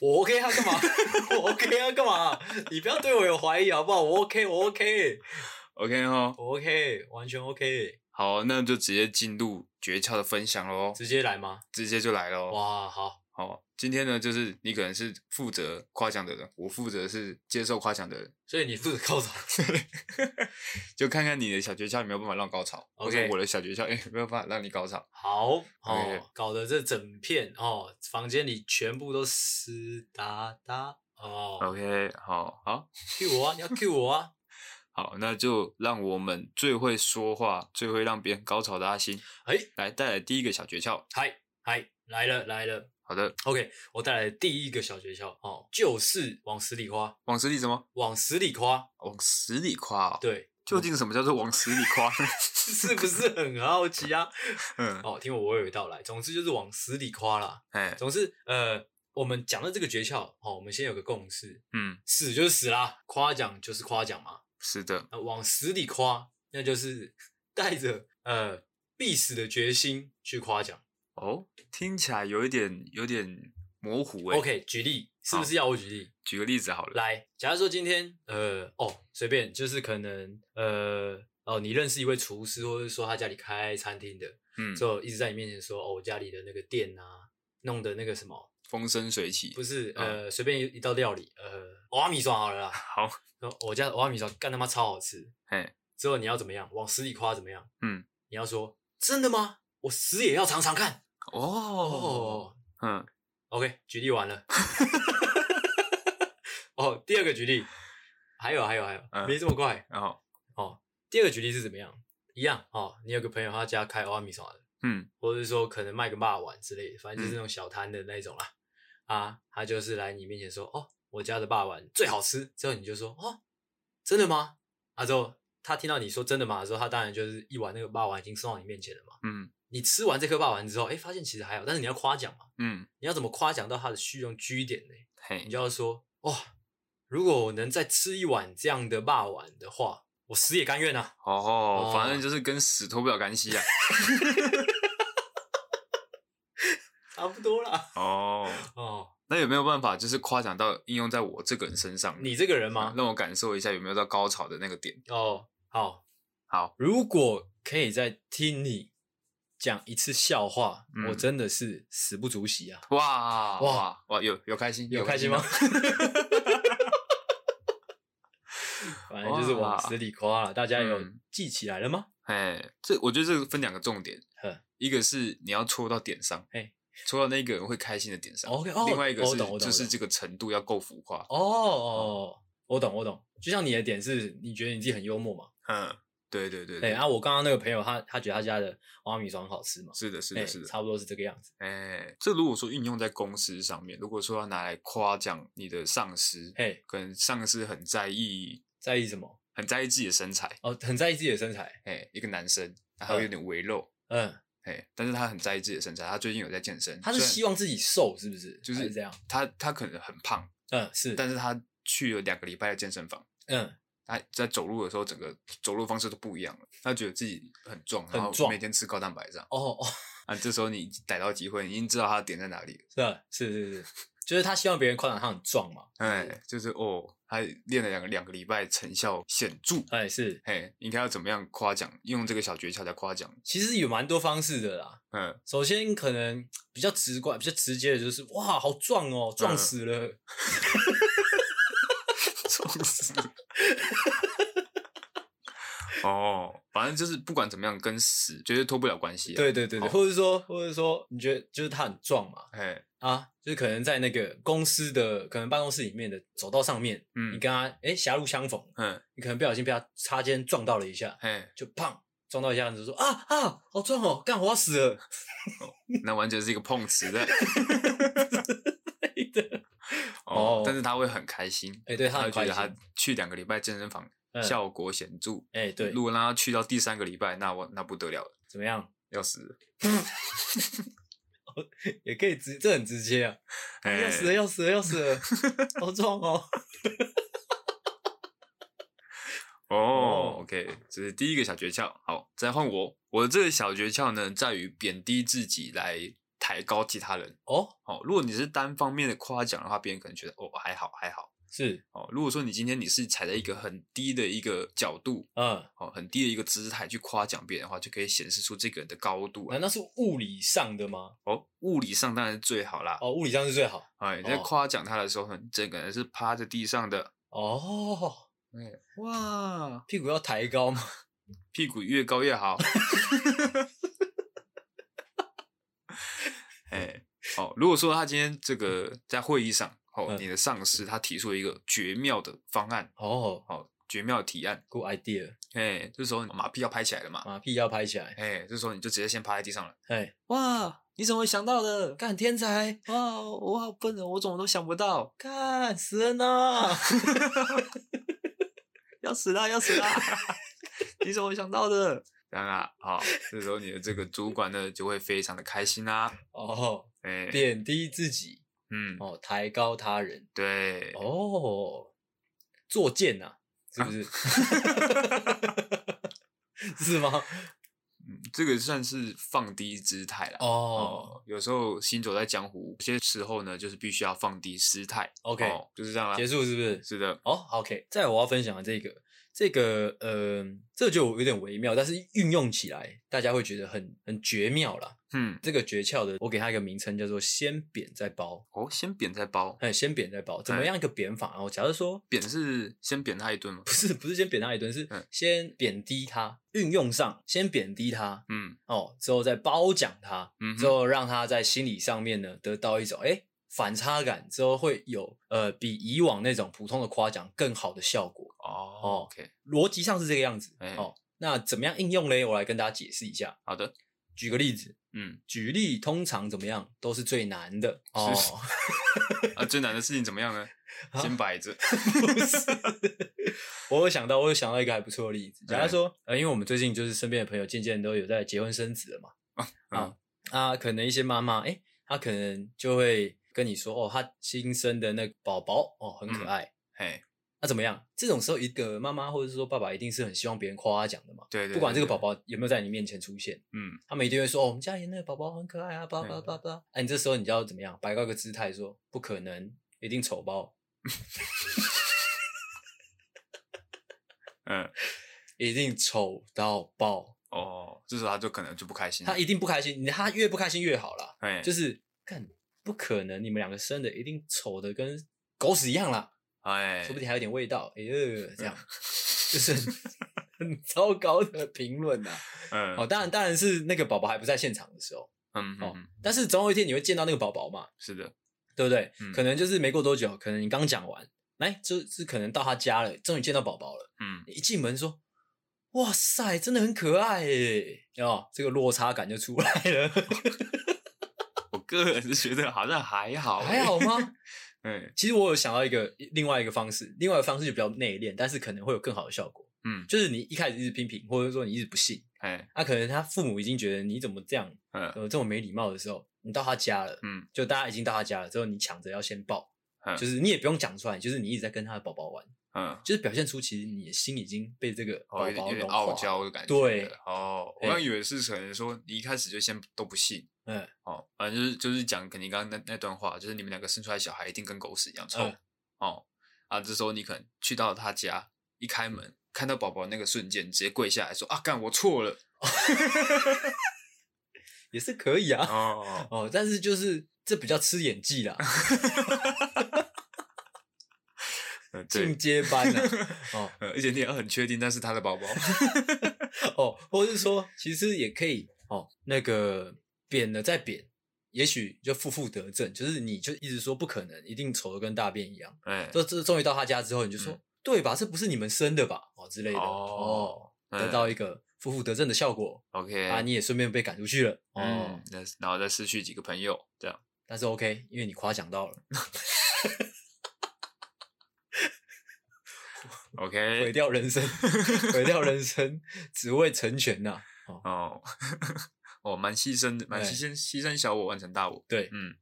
B: 我 OK 啊，干嘛？ <laughs> 我 OK 啊，干嘛？你不要对我有怀疑好不好？我 OK，我 OK，
A: OK 哦，
B: 我 OK，完全 OK，
A: 好，那就直接进入诀窍的分享喽，
B: 直接来吗？
A: 直接就来喽。
B: 哇，好，
A: 好，今天呢，就是你可能是负责夸奖的人，我负责是接受夸奖的人。
B: 所以你负责高潮。 <laughs>
A: <laughs> 就看看你的小诀窍有没有办法让高潮或
B: OK
A: 者我的小诀窍有没有办法让你高潮。
B: 好哦
A: OK
B: 搞得这整片哦，房间里全部都湿哒哒哦。
A: OK，好好
B: Q 我啊，你要 Q 我啊。
A: 好，那就让我们最会说话、最会让别人高潮的阿星
B: 哎，
A: 来带来第一个小诀窍。
B: 嗨嗨，来了来了。
A: 好的，
B: OK，我带来的第一个小诀窍哦，就是往死里夸，
A: 往死里什么？
B: 往死里夸。
A: 往死里夸、哦。，
B: 对， <laughs>
A: 究竟什么叫做往死里夸？
B: 是不是很好奇啊？
A: 嗯，
B: 哦，听我娓娓道来。总之就是往死里夸啦。
A: <laughs> 哎，
B: 总之，呃，我们讲到这个诀窍，哦，我们先有个共识，
A: 嗯，
B: 死就是死啦，夸奖就是夸奖嘛。
A: 是的，
B: 那往死里夸，那就是 <laughs> 带着呃必死的决心去夸奖。
A: 哦，听起来有一点有点模糊哎。
B: OK，举例是不是要我举例？
A: 举个例子好了。
B: 来，假如说今天呃哦随便，就是可能呃哦你认识一位厨师，或者说他家里开餐厅的，
A: 嗯，
B: 就一直在你面前说哦我家里的那个店啊弄的那个什么
A: 风生水起
B: 不。是，
A: 嗯
B: 呃，随便一一道料理，呃，瓦米爽好了啦。
A: 好，
B: 然后我家的瓦米爽干他妈超好吃。
A: 哎，
B: 之后你要怎么样？往死里夸怎么样？
A: 嗯，
B: 你要说真的吗？我死也要尝尝看。
A: 哦，
B: 哦
A: 嗯，
B: ，OK，举例完了。 <laughs> 哦，第二个举例，还有还有还有，
A: 嗯
B: 没这么快。
A: 然后，
B: 第二个举例是怎么样？一样哦，你有个朋友他家开瓦米爽的，
A: 嗯，
B: 或者是说可能卖个霸碗之类的，反正就是那种小摊的那种啦。啊，他就是来你面前说，哦，我家的霸碗最好吃，之后你就说，哦，真的吗？啊，之后他听到你说真的吗的时候，他当然就是一碗那个霸碗已经送到你面前了嘛。
A: 嗯，
B: 你吃完这颗霸丸之后，哎、发现其实还好，但是你要夸奖嘛，
A: 嗯，
B: 你要怎么夸奖到他的虚荣居点呢？
A: 嘿
B: 你，就要说，哇、如果我能再吃一碗这样的霸丸的话，我死也甘愿啊。
A: 哦
B: 哦，
A: 反正就是跟死脱不了干系啊。
B: 差不多啦。
A: 哦，
B: <laughs> 哦，
A: 那有没有办法就是夸奖到应用在我这个人身上？
B: 你这个人
A: 啊
B: 吗？
A: 让我感受一下有没有到高潮的那个点。
B: 哦，好，
A: 好，
B: 如果可以在听你讲一次笑话，
A: 嗯
B: 我真的是死不足惜啊！
A: 哇哇
B: 哇
A: 哇，有有开心，
B: 有开心吗？啊 <laughs> 反正就是往死里夸了，大家有
A: 嗯
B: 记起来了吗？
A: 哎，这我觉得这个分两个重点
B: 呵，
A: 一个是你要戳到点上，
B: 嘿，
A: 戳到那个人会开心的点上。
B: OK，哦
A: 另外一个
B: 我
A: 是
B: 懂我懂
A: 就是
B: 我懂
A: 这个程度要够浮夸，
B: 哦哦，我懂我懂，就像你的点是，你觉得你自己很幽默嘛？
A: 嗯，对对对，
B: 哎，
A: 对
B: 啊，我刚刚那个朋友他他觉得他家的花米爽很好吃嘛？
A: 是的，是
B: 哎
A: 的，是的，
B: 差不多是这个样子。
A: 哎，这如果说运用在公司上面，如果说要拿来夸奖你的上司，
B: 嘿，
A: 可能上司很在意，
B: 在意什么？
A: 很在意自己的身材，
B: 哦，很在意自己的身材。
A: 哎，一个男生，然后有点微肉，
B: 嗯，
A: 哎，但是他很在意自己的身材，他最近有在健身，
B: 他是
A: 虽然
B: 希望自己瘦，是不是？
A: 就
B: 还
A: 是
B: 是这样。
A: 他他可能很胖，
B: 嗯，是。
A: 但是他去了两个礼拜的健身房。
B: 嗯，
A: 他在走路的时候，整个走路方式都不一样了。他觉得自己很壮，
B: 很
A: 然后
B: 壮
A: 每天吃高蛋白这样。
B: 哦 <laughs> 哦，
A: 啊，这时候你逮到机会，你已经知道他的点在哪里了。
B: 是啊是是是，就是他希望别人夸奖他很壮嘛。
A: 哎，就是哦，他练了两个两个礼拜，成效显著。
B: 哎，是，
A: 嘿，应该要怎么样夸奖？用这个小诀窍来夸奖。
B: 其实有蛮多方式的啦。 <laughs>
A: 嗯，
B: 首先，可能比较直观、比较直接的就是，哇，好壮
A: 嗯
B: 哦，壮死了。
A: 重视。 <laughs> 哦，反正就是不管怎么样，跟死绝对脱不了关系、啊。，
B: 对对对对，
A: 哦
B: 或者说，或者说，你觉得就是他很壮嘛？
A: 哎，
B: 啊，就是可能在那个公司的可能办公室里面的走道上面，
A: 嗯
B: 你跟他哎狭路相逢，
A: 嗯，
B: 你可能不小心被他擦肩撞到了一下，
A: 嘿，
B: 就砰撞到一下，你就说啊啊，好壮哦，干活要死了。
A: 那完全是一个碰瓷
B: <laughs>
A: 的。
B: 的
A: 哦
B: 哦，
A: 但是他会很开心。
B: <laughs> 哎对他
A: 他
B: 很
A: 会觉得
B: 开
A: 他
B: 心
A: 去两个礼拜健身房
B: 嗯
A: 效果显著。
B: 哎、对
A: 如，果让他去到第三个礼拜，那我那不得了了，
B: 怎么样？
A: 要死了。
B: 也可以直，这很直接啊！
A: 哎
B: 要死了，要死了，要死了，好壮
A: <laughs>
B: 哦！
A: 哦
B: 哦
A: ，OK，这是第一个小诀窍。好，再换我。我的这个小诀窍呢，在于贬低自己来抬高其他人。
B: 哦，
A: 哦，如果你是单方面的夸奖的话，别人可能觉得哦还好还好。
B: 是，
A: 哦，如果说你今天你是踩在一个很低的一个角度，
B: 嗯，
A: 哦，很低的一个姿态去夸奖别人的话，就可以显示出这个人的高度来
B: 难。道是物理上的吗？
A: 哦，物理上当然是最好啦。
B: 哦，物理上是最好。
A: 哎，你在
B: 哦
A: 夸奖他的时候，你整个人是趴在地上的。
B: 哦，
A: 哎，哇，
B: 屁股要抬高吗？
A: 屁股越高越
B: <laughs>
A: 好。哎，哦，如果说他今天这个在会议上，哦，
B: 嗯
A: 你的上司他提出了一个绝妙的方案，
B: 哦
A: 哦，绝妙的提案，
B: ，good idea，
A: 哎，这时候你马屁要拍起来了嘛，
B: 马屁要拍起来。
A: 哎，这时候你就直接先趴在地上了。
B: 哎，
A: 哇，你怎么想到的？
B: 干天才，
A: 哇，我好笨哦，我怎么都想不到，
B: 干死人呐！ <laughs>
A: 要死啦，要死啦！ <laughs> 你怎么想到的？当然啊，好、这时候你的这个主管呢就会非常的开心啦、
B: 哦，
A: 哎、
B: 贬低自己，
A: 嗯，
B: 哦，抬高他人。
A: 对，
B: 哦，作贱呐、是不是？是 <laughs> 吗？
A: 嗯这个算是放低姿态了。
B: 哦，
A: 有时候行走在江湖，有些时候呢，就是必须要放低姿态。
B: OK
A: 哦就是这样啦。
B: 结束是不是？
A: 是的，
B: 哦，OK，再来我要分享的这个，这个，呃，这个就有点微妙，但是运用起来大家会觉得很很绝妙啦。
A: 嗯，
B: 这个诀窍的，我给它一个名称叫做“先扁再包
A: 哦，先扁再包”，，
B: 哎，先扁再包，怎么样一个扁法？哦，假如说 <laughs>
A: 扁是先扁他一顿吗
B: 不？是不是先扁他一顿，是
A: 嗯
B: 先贬低他，运用上先贬低他，
A: 嗯
B: 哦，之后再褒奖他，
A: 嗯哼
B: 之后让他在心理上面呢得到一种哎反差感，之后会有呃比以往那种普通的夸奖更好的效果。
A: 哦，OK，
B: 逻辑上是这个样子、
A: 哎
B: 哦。那怎么样应用嘞？我来跟大家解释一下。
A: 好的，
B: 举个例子，
A: 嗯，
B: 举例通常怎么样都是最难的哦。
A: 是啊，最难的事情怎么样呢？
B: <laughs> 啊
A: 先摆着，
B: 不是，我有想到，我有想到一个还不错的例子。
A: 哎
B: 假如说，呃，因为我们最近就是身边的朋友渐渐都有在结婚生子了嘛，
A: 哦嗯
B: 啊啊，可能一些妈妈，哎、她可能就会跟你说，哦，她新生的那个宝宝，哦，很可
A: 嗯
B: 爱。
A: 嘿，
B: 那、怎么样？这种时候，一个妈妈或者是说爸爸，一定是很希望别人夸她奖的嘛。
A: 对对，
B: 不管这
A: 对
B: 个宝，宝有没有在你面前出现，
A: 对嗯，
B: 他们一定会说：“哦，我们家里那个宝宝很可爱啊，叭叭
A: 嗯
B: 叭叭。”哎，你这时候你就要怎么样？摆高个姿态说：“不可能，一定丑包，
A: 嗯，
B: 一定丑到爆。
A: 哦，这时候他就可能就不开心了。
B: 他一定不开心，你他越不开心越好啦。
A: 哎，
B: 就是干不可能，你们两个生的一定丑的跟狗屎一样啦，
A: 哎，
B: 说不定还有点味道。哎呦，这样就是很糟糕的评论呐。
A: 嗯，
B: 哦，当然当然是那个宝宝还不在现场的时候
A: 嗯，嗯
B: 哦
A: 嗯，，
B: 但是总有一天你会见到那个宝宝嘛，
A: 是的，
B: 对不对
A: 嗯？
B: 可能就是没过多久，可能你刚讲完，来就是可能到他家了，终于见到宝宝了。
A: 嗯，
B: 一进门说：“哇塞，真的很可爱耶！”哦，这个落差感就出来了，
A: 我个人是觉得好像还好，
B: 还好，吗？
A: 哎，
B: 其实我有想到一个另外一个方式，另外一个方式就比较内敛，但是可能会有更好的效果。
A: 嗯，
B: 就是你一开始一直批评，或者说你一直不信，
A: 哎，
B: 那、可能他父母已经觉得你怎么这样，
A: 嗯
B: 呃，这么没礼貌的时候，你到他家了，
A: 嗯
B: 就大家已经到他家了之后，你抢着要先抱，
A: 嗯
B: 就是你也不用讲出来，就是你一直在跟他的宝宝玩，
A: 嗯，
B: 就是表现出其实你的心已经被这个宝
A: 哦，有点
B: 宝
A: 有点
B: 融
A: 傲
B: 化，
A: 娇的感觉，
B: 对，
A: 哦，我
B: 哎
A: 刚以为是可能说你一开始就先都不信，
B: 嗯，
A: 哦，反正就是就是讲，肯定刚刚那那段话，就是你们两个生出来小孩一定跟狗屎一样臭、
B: 嗯
A: 哦啊！这时候你可能去到他家，一开门看到宝宝那个瞬间，直接跪下来说啊，干我错了
B: 也是可以啊。
A: 哦，
B: <laughs> 哦，但是就是这比较吃演技啦，
A: <laughs> 呃 <laughs> 对
B: 进，阶班啦。哦
A: 呃，而且你也很确定那是他的宝
B: <laughs>
A: 宝，
B: 哦，或是说其实也可以哦，那个扁了再扁，也许就负负得正，就是你就一直说不可能，一定丑的跟大便一样。
A: 哎、
B: 这这终于到他家之后，你就说、
A: 嗯
B: 对吧？这不是你们生的吧？哦之类的
A: 哦
B: 哦，
A: 嗯
B: 得到一个负负得正的效果、
A: OK
B: 啊，你也顺便被赶出去了哦。
A: 嗯，那然后再失去几个朋友，这样
B: 但是 OK，因为你夸奖到了，毁
A: OK
B: 掉人生，毁掉人生，只为成全呐、哦，
A: 哦哦，蛮牺牲的，蛮牺牲牺牲小我完成大我，
B: 对，
A: 嗯，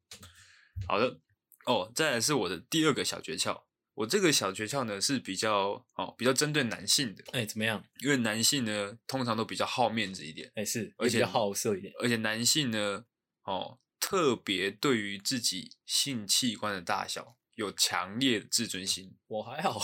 A: 好的。哦，再来是我的第二个小诀窍。我这个小诀窍呢是比较哦，比较针对男性的，
B: 哎、怎么样？
A: 因为男性呢通常都比较好面子一点，
B: 哎、是，
A: 而
B: 也比
A: 且
B: 较好色一点。
A: 而且男性呢哦特别对于自己性器官的大小有强烈的自尊
B: <laughs>
A: 心
B: 我还好，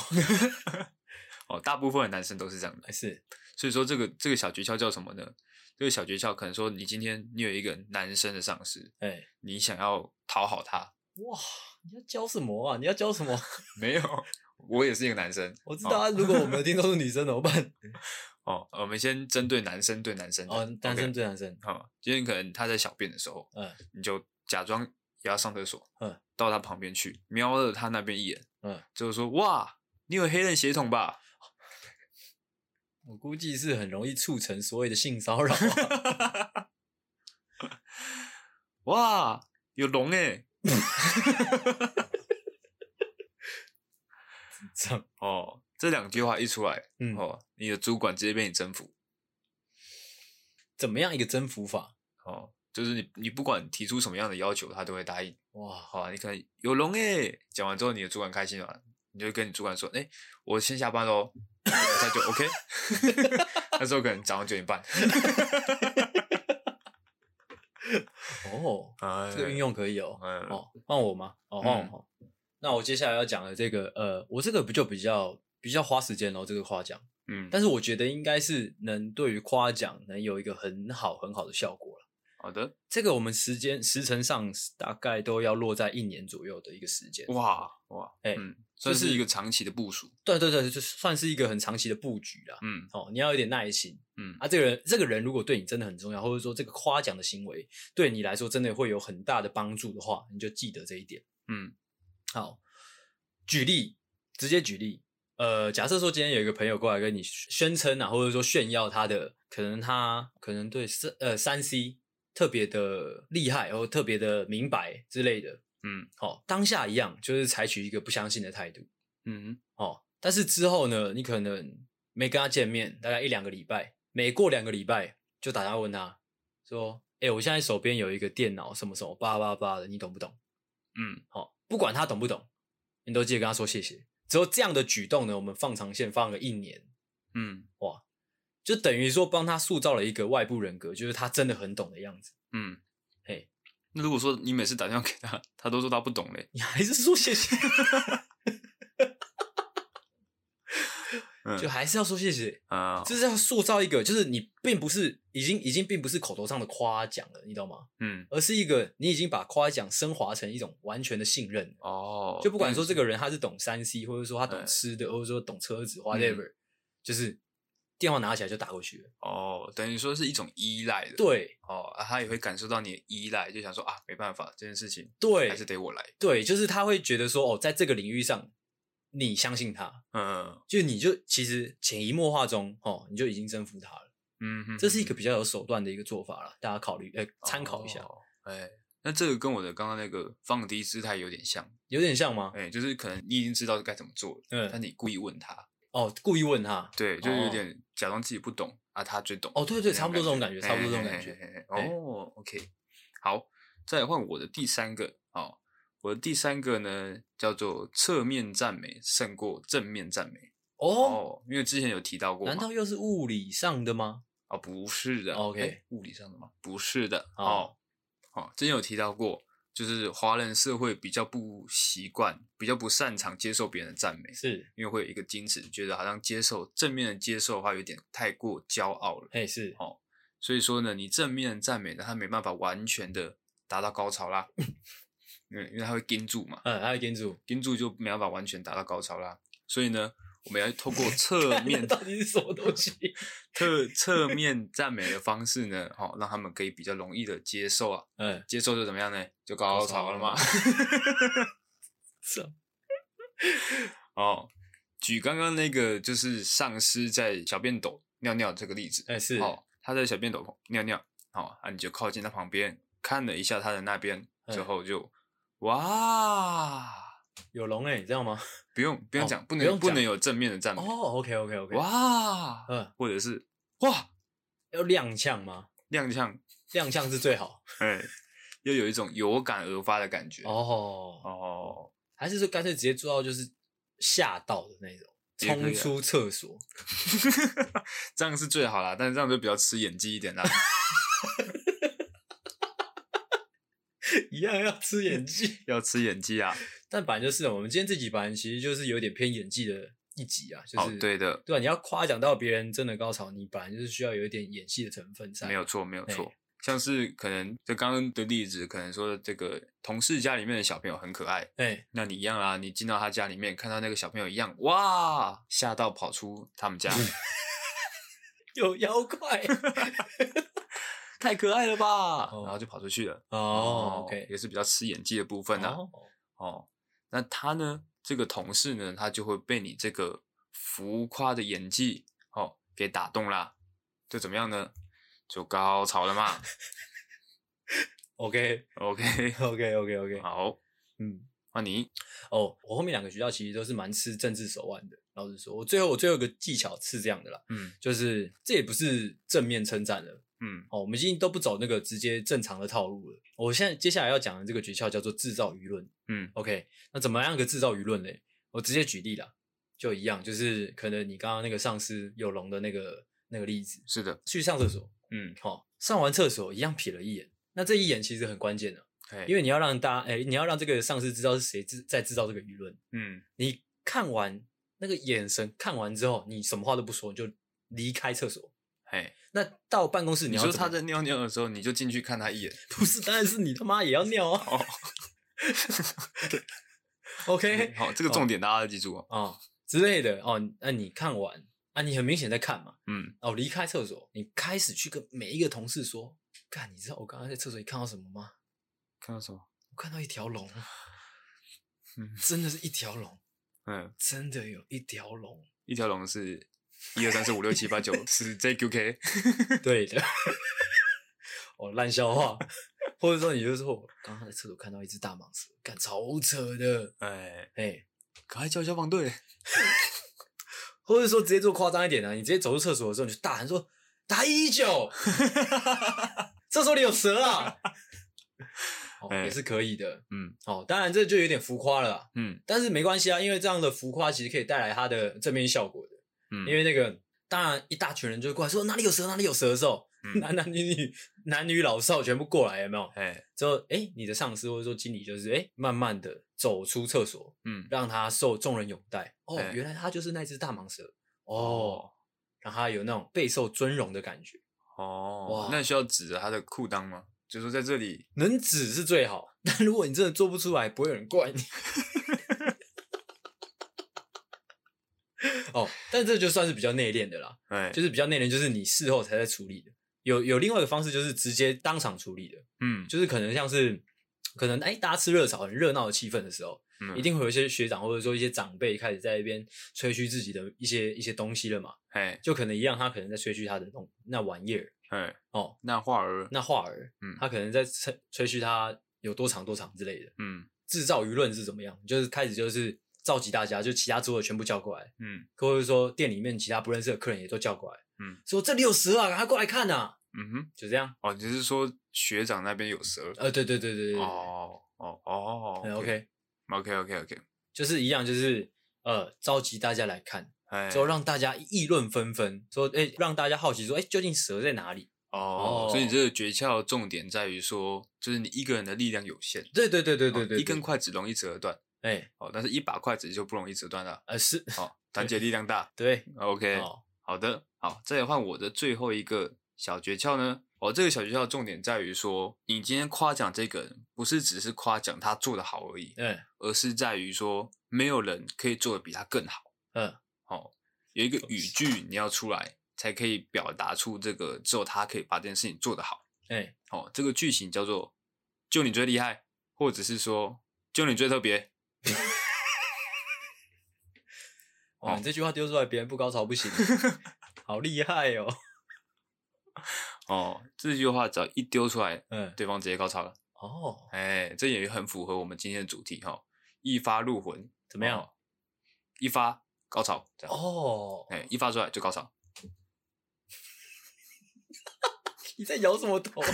A: 哦，大部分的男生都是这样的。
B: 还是
A: 所以说这个这个小诀窍叫什么呢？这个小诀窍可能说你今天你有一个男生的上司，
B: 哎、
A: 你想要讨好他，
B: 哇！你要教什么啊？你要教什么？ <laughs>
A: 没有，我也是一个男生，
B: 我知道啊，如果我们的听众是女生怎么
A: <laughs>
B: 办？
A: 哦，我们先针对男生对男生的
B: 哦，男生
A: OK，
B: 对男生，
A: 好、今天可能他在小便的时候，
B: 嗯
A: 你就假装也要上厕所，
B: 嗯，
A: 到他旁边去瞄了他那边一眼，
B: 嗯，
A: 就是说哇，你有黑人血统吧？
B: 我估计是很容易促成所谓的性骚扰
A: <laughs>
B: 啊、
A: 哇，有龙欸诶、
B: 这样，
A: 哦，这两句话一出来，
B: 嗯，
A: 哦，你的主管直接被你征服，
B: 怎么样一个征服法？
A: 哦，就是你你不管提出什么样的要求，他都会答应。
B: 哇，
A: 好、啊，你可能有龙诶、讲完之后，你的主管开心了，你就跟你主管说：“哎、我先下班喽。”他就 OK。那 <laughs> 时候可能早上九点半。
B: 哦，这个运用可以哦。
A: 哎，呃嗯，
B: 哦，换我吗？哦，换我、哦。那我接下来要讲的这个，呃，我这个不就比较比较花时间咯，这个夸奖，
A: 嗯，
B: 但是我觉得应该是能对于夸奖能有一个很好很好的效果了。
A: 好的。
B: 这个我们时间时程上大概都要落在一年左右的一个时间。
A: 哇哇，
B: 哎
A: 嗯，算
B: 就是是
A: 一个长期的部署。
B: 对对对，就算是一个很长期的布局啦。
A: 嗯
B: 哦，你要有点耐心
A: 嗯
B: 啊。这个人，这个人如果对你真的很重要，或者说这个夸奖的行为对你来说真的会有很大的帮助的话，你就记得这一点。
A: 嗯
B: 好，举例，直接举例。呃，假设说今天有一个朋友过来跟你宣称啊，或者说炫耀他的，可能他可能对三呃三 C 特别的厉害，然后特别的明白之类的。
A: 嗯
B: 好、哦当下一样就是采取一个不相信的态度。
A: 嗯
B: 哦，但是之后呢，你可能没跟他见面，大概一两个礼拜，每过两个礼拜就打电话问他说：“哎、我现在手边有一个电脑，什么什么叭叭叭的，你懂不懂？”
A: 嗯，
B: 好、不管他懂不懂，你都记得跟他说谢谢。只有这样的举动呢，我们放长线放了一年，
A: 嗯
B: 就等于说帮他塑造了一个外部人格，就是他真的很懂的样子。
A: 嗯，
B: 嘿，
A: 那如果说你每次打电话给他，他都说他不懂嘞，
B: 你还是说谢谢，
A: 嗯
B: <laughs> 就还是要说谢谢。
A: 啊，
B: 这是要塑造一个，就是你并不是已经已经并不是口头上的夸奖了，你懂吗？
A: 嗯，
B: 而是一个你已经把夸奖升华成一种完全的信任。
A: 哦，
B: 就不管
A: 但
B: 说
A: 是
B: 这个人他是懂三 C，或者说他懂
A: 对嗯
B: 吃的，或者说懂车子，whatever，、就是电话拿起来就打过去了。
A: 哦，等于说是一种依赖的，
B: 对
A: 哦，啊他也会感受到你的依赖，就想说啊，没办法，这件事情还是
B: 对
A: 得我来，
B: 对，就是他会觉得说，哦，在这个领域上，你相信他，
A: 嗯
B: 就你就其实潜移默化中，哦，你就已经征服他了。
A: 嗯哼，
B: 这是一个比较有手段的一个做法了，大家考虑，呃，参考一下，
A: 哦哎，那这个跟我的刚刚那个放低姿态有点像，
B: 有点像吗？
A: 哎，就是可能你已经知道该怎么做了，
B: 嗯，
A: 但你故意问他，
B: 哦，故意问他，
A: 对，就是有
B: 哦
A: 点假装自己不懂啊，他最懂。
B: 哦对对
A: 那
B: 差不多这种感觉差不多这种
A: 嘿
B: 感
A: 嘿
B: 觉
A: 嘿嘿
B: 哎
A: 嘿哦，OK，好，再来换我的第三个哦，我的第三个呢叫做侧面赞美胜过正面赞美
B: 哦，
A: 哦，因为之前有提到过
B: 难
A: 嘛。
B: 道又是物理上的吗？
A: 哦，不是的
B: OK
A: 哎物理上的吗？不是的
B: 哦
A: 哦哦，之前有提到过，就是华人社会比较不习惯，比较不擅长接受别人的赞美，
B: 是，
A: 因为会有一个矜持，觉得好像接受正面的接受的话，有点太过骄傲了。
B: 嘿，是，
A: 所以说呢，你正面赞美呢，他没办法完全的达到高潮啦，嗯，因为他会盯住嘛，
B: 嗯，还有金主，
A: 盯住就没办法完全达到高潮啦。所以呢，我们要透过侧面
B: <laughs> 到底是什么东西？
A: 特侧面赞美的方式呢，好、让他们可以比较容易的接受啊，
B: 嗯，
A: 接受就怎么样呢？就高潮了嘛
B: 高。
A: <laughs>
B: 是，啊
A: 哦，举刚刚那个就是上司在小便斗尿尿这个例子，
B: 哎，是，
A: 哦，他在小便斗篷尿尿，哦，啊，你就靠近他旁边看了一下他的那边，之
B: 嗯
A: 后就、哇，
B: 有龙哎，你知道吗？
A: 不用不用
B: 哦
A: 讲，不
B: 不
A: 能
B: 用
A: 不能
B: 讲
A: 有正面的赞美，
B: 哦，OK，OK，OK，，
A: 嗯哇，
B: 嗯，
A: 或者是哇
B: 要踉跄吗？
A: 踉跄，
B: 踉跄是
A: <laughs>
B: 最好。
A: 哎，又有一种有感而发的感觉，
B: 哦，
A: 哦
B: 还是说干脆直接做到就是吓到的那种，
A: 也可以啊
B: 冲出厕所。
A: 这样是最好啦，但是这样就比较吃演技一点啦。
B: 一样要吃演技。 <laughs>
A: 要吃演技啊！
B: 但本来就是啊，我们今天这集本来其实就是有点偏演技的一集啊，就
A: 哦
B: 是，
A: 对的，
B: 对啊，你要夸奖到别人真的高潮，你本来就是需要有一点演戏的成分在。
A: 没有错，没有
B: 哎
A: 错。像是可能就刚刚的例子，可能说这个同事家里面的小朋友很可爱，
B: 哎、
A: 那你一样啊，你进到他家里面，看到那个小朋友一样，哇，吓到跑出他们家，
B: 嗯有妖怪
A: <laughs> 太可爱了吧，
B: 哦
A: 然后就跑出去了。
B: 哦，OK，
A: 也是比较吃演技的部分啊。
B: 哦
A: 哦，那他呢，这个同事呢，他就会被你这个浮夸的演技哦给打动啦，就怎么样呢？就高潮了 <laughs> 嘛。
B: ，OK
A: OK， <laughs>
B: OK OK OK，
A: 好，
B: 嗯，
A: 换你。
B: 哦，我后面两个学校其实都是蛮吃政治手腕的。老实说，我最后我最后一个技巧是这样的啦，
A: 嗯
B: 就是这也不是正面称赞了，
A: 嗯，
B: 哦，我们已经都不走那个直接正常的套路了。我现在接下来要讲的这个诀窍叫做制造舆论。
A: 嗯
B: ，OK，那怎么样个制造舆论嘞？我直接举例啦，就一样，就是可能你刚刚那个上司有龙的那个那个例子，
A: 是的，
B: 去上厕所，
A: 嗯，
B: 哦，上完厕所一样瞥了一眼，那这一眼其实很关键的、
A: 嘿
B: 因为你要让大家，哎、你要让这个上司知道是谁制在制造这个舆论。
A: 嗯
B: 你看完那个眼神，看完之后，你什么话都不说，你就离开厕所。
A: 嘿，
B: 那到办公室你
A: 你
B: 要
A: 说
B: 怎么
A: 他在尿尿的时候，你就进去看他一眼，
B: 不是，当然是你他妈也要尿啊。
A: 哦
B: <laughs> OK，
A: 好，这个重点大家要记住哦。
B: 哦之类的哦，那你看完啊，你很明显在看嘛。
A: 嗯，
B: 哦，离开厕所，你开始去跟每一个同事说：“干，你知道我刚刚在厕所里看到什么吗？
A: 看到什么？
B: 我看到一条龙，
A: 嗯
B: 真的是一条龙，
A: 嗯，
B: 真的有一条龙。
A: 一条龙是一二三四五六七 <laughs> 八九十 JQK，”
B: 对的， <laughs> 哦，烂笑话，或者说你就说我刚刚在厕所看到一只大蟒蛇，干超扯的，
A: 哎，
B: 哎、
A: 赶快叫消防队。
B: 或者说直接做夸张一点的、啊，你直接走入厕所的时候，你就大喊说“打
A: <laughs>
B: 一九”，厕所里有蛇啊，哦，
A: 哎
B: 也是可以的。
A: 嗯
B: 哦，当然这就有点浮夸了啦，
A: 嗯
B: 但是没关系啊，因为这样的浮夸其实可以带来它的正面效果的。
A: 嗯，
B: 因为那个，当然一大群人就过来说哪里有蛇，哪里有蛇的时候，
A: 嗯
B: 男男女女、男女老少全部过来，有没有？
A: 哎
B: 之后，哎、你的上司或者说经理就是哎、慢慢的走出厕所，
A: 嗯
B: 让他受众人拥戴。哦，
A: 哎
B: 原来他就是那只大蟒蛇。哦，让他有那种备受尊荣的感觉。
A: 哦
B: 哇，
A: 那需要指着他的裤裆吗？就说在这里，
B: 能指是最好，但如果你真的做不出来，不会有人怪你。哦，但这就算是比较内敛的啦，
A: 哎，
B: 就是比较内敛，就是你事后才在处理的。有有另外一个方式，就是直接当场处理的，
A: 嗯，
B: 就是可能像是，可能哎、大家吃热炒很热闹的气氛的时候，
A: 嗯
B: 一，定会有一些学长或者说一些长辈开始在那边吹嘘自己的一些一些东西了嘛，
A: 哎
B: 就可能一样，他可能在吹嘘他的东那玩意儿
A: 哎，
B: 哦，
A: 那画儿，
B: 那画儿，
A: 嗯
B: 他可能在吹吹嘘他有多长多长之类的，
A: 嗯
B: 制造舆论是怎么样？就是开始就是召集大家，就其他桌的全部叫过来，
A: 嗯
B: 或者说店里面其他不认识的客人也都叫过来，
A: 嗯，
B: 说这里有蛇啊，赶快过来看呐、啊，
A: 嗯哼，
B: 就这样。
A: 哦，你是说学长那边有蛇？
B: 呃，对对对对对，
A: 哦哦哦
B: 嗯，OK，
A: OK OK OK，
B: 就是一样，就是呃，召集大家来看，
A: 哎，
B: 之后让大家议论纷纷，说哎、让大家好奇说哎、究竟蛇在哪里？
A: 哦
B: 哦，
A: 所以你这个诀窍重点在于说，就是你一个人的力量有限，
B: 对对对对对
A: 哦
B: 对，
A: 一根
B: 对
A: 筷子容易折断，
B: 哎、
A: 哦，但是一把筷子就不容易折断了，
B: 呃是 <laughs>
A: 哦，团结力量大
B: 对
A: ，OK，
B: 哦
A: 好的，好，再来换我的最后一个小诀窍呢。哦，这个小诀窍重点在于说，你今天夸奖这个人，不是只是夸奖他做得好而已，
B: 嗯
A: 而是在于说，没有人可以做得比他更好。
B: 嗯
A: 哦，有一个语句你要出来，才可以表达出这个，只有他可以把这件事情做得好。
B: 哎
A: 哦，这个句型叫做“就你最厉害”，或者是说“就你最特别
B: 哇，
A: 哦
B: 你这句话丢出来，别人不高潮不行，好厉害哦，”。
A: 哦，这句话只要一丢出来，
B: 嗯
A: 对方直接高潮了。
B: 哦
A: 哎，这也很符合我们今天的主题哈、哦，一发入魂，
B: 怎么样
A: 哦一发高潮，这样，
B: 哦，
A: 哎、一发出来就高潮。
B: 你在摇什么头？啊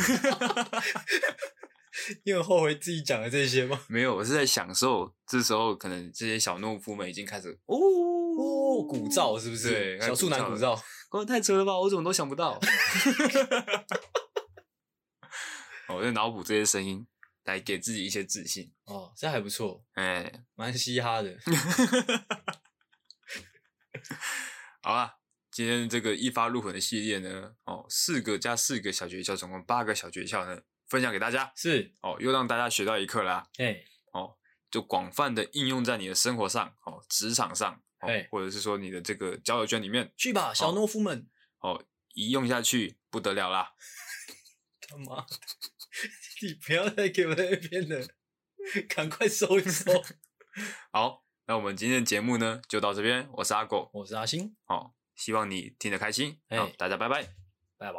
B: <laughs> 你很后悔自己讲的这些吗？
A: 没有，我是在享受这时候，可能这些小懦夫们已经开始
B: 哦哦，鼓噪是不是？
A: 嗯对
B: 小处男
A: 开
B: 鼓
A: 始鼓
B: 噪，
A: 哇，哦太扯了吧！我怎么都想不
B: <laughs>
A: 到。哦我在脑补这些声音，来给自己一些自信。
B: 哦，这还不错，
A: 哎、
B: 蛮嘻哈的。
A: 好啦，今天这个一发入魂的系列呢，哦，四个加四个小诀窍，总共八个小诀窍呢，分享给大家。
B: 是，
A: 哦，又让大家学到一课啦。
B: 哎
A: 哦，就广泛的应用在你的生活上，哦，职场上，哦
B: 哎，
A: 或者是说你的这个交友圈里面，
B: 去吧，小懦夫们，
A: 哦，一用下去不得了啦。
B: 干嘛？ <laughs> 你不要再给我在那边了，赶快收一收。
A: 好，那我们今天的节目呢，就到这边。我是阿狗，
B: 我是阿星，
A: 哦，希望你听得开心。
B: 哎
A: 好，大家拜拜。
B: 拜拜。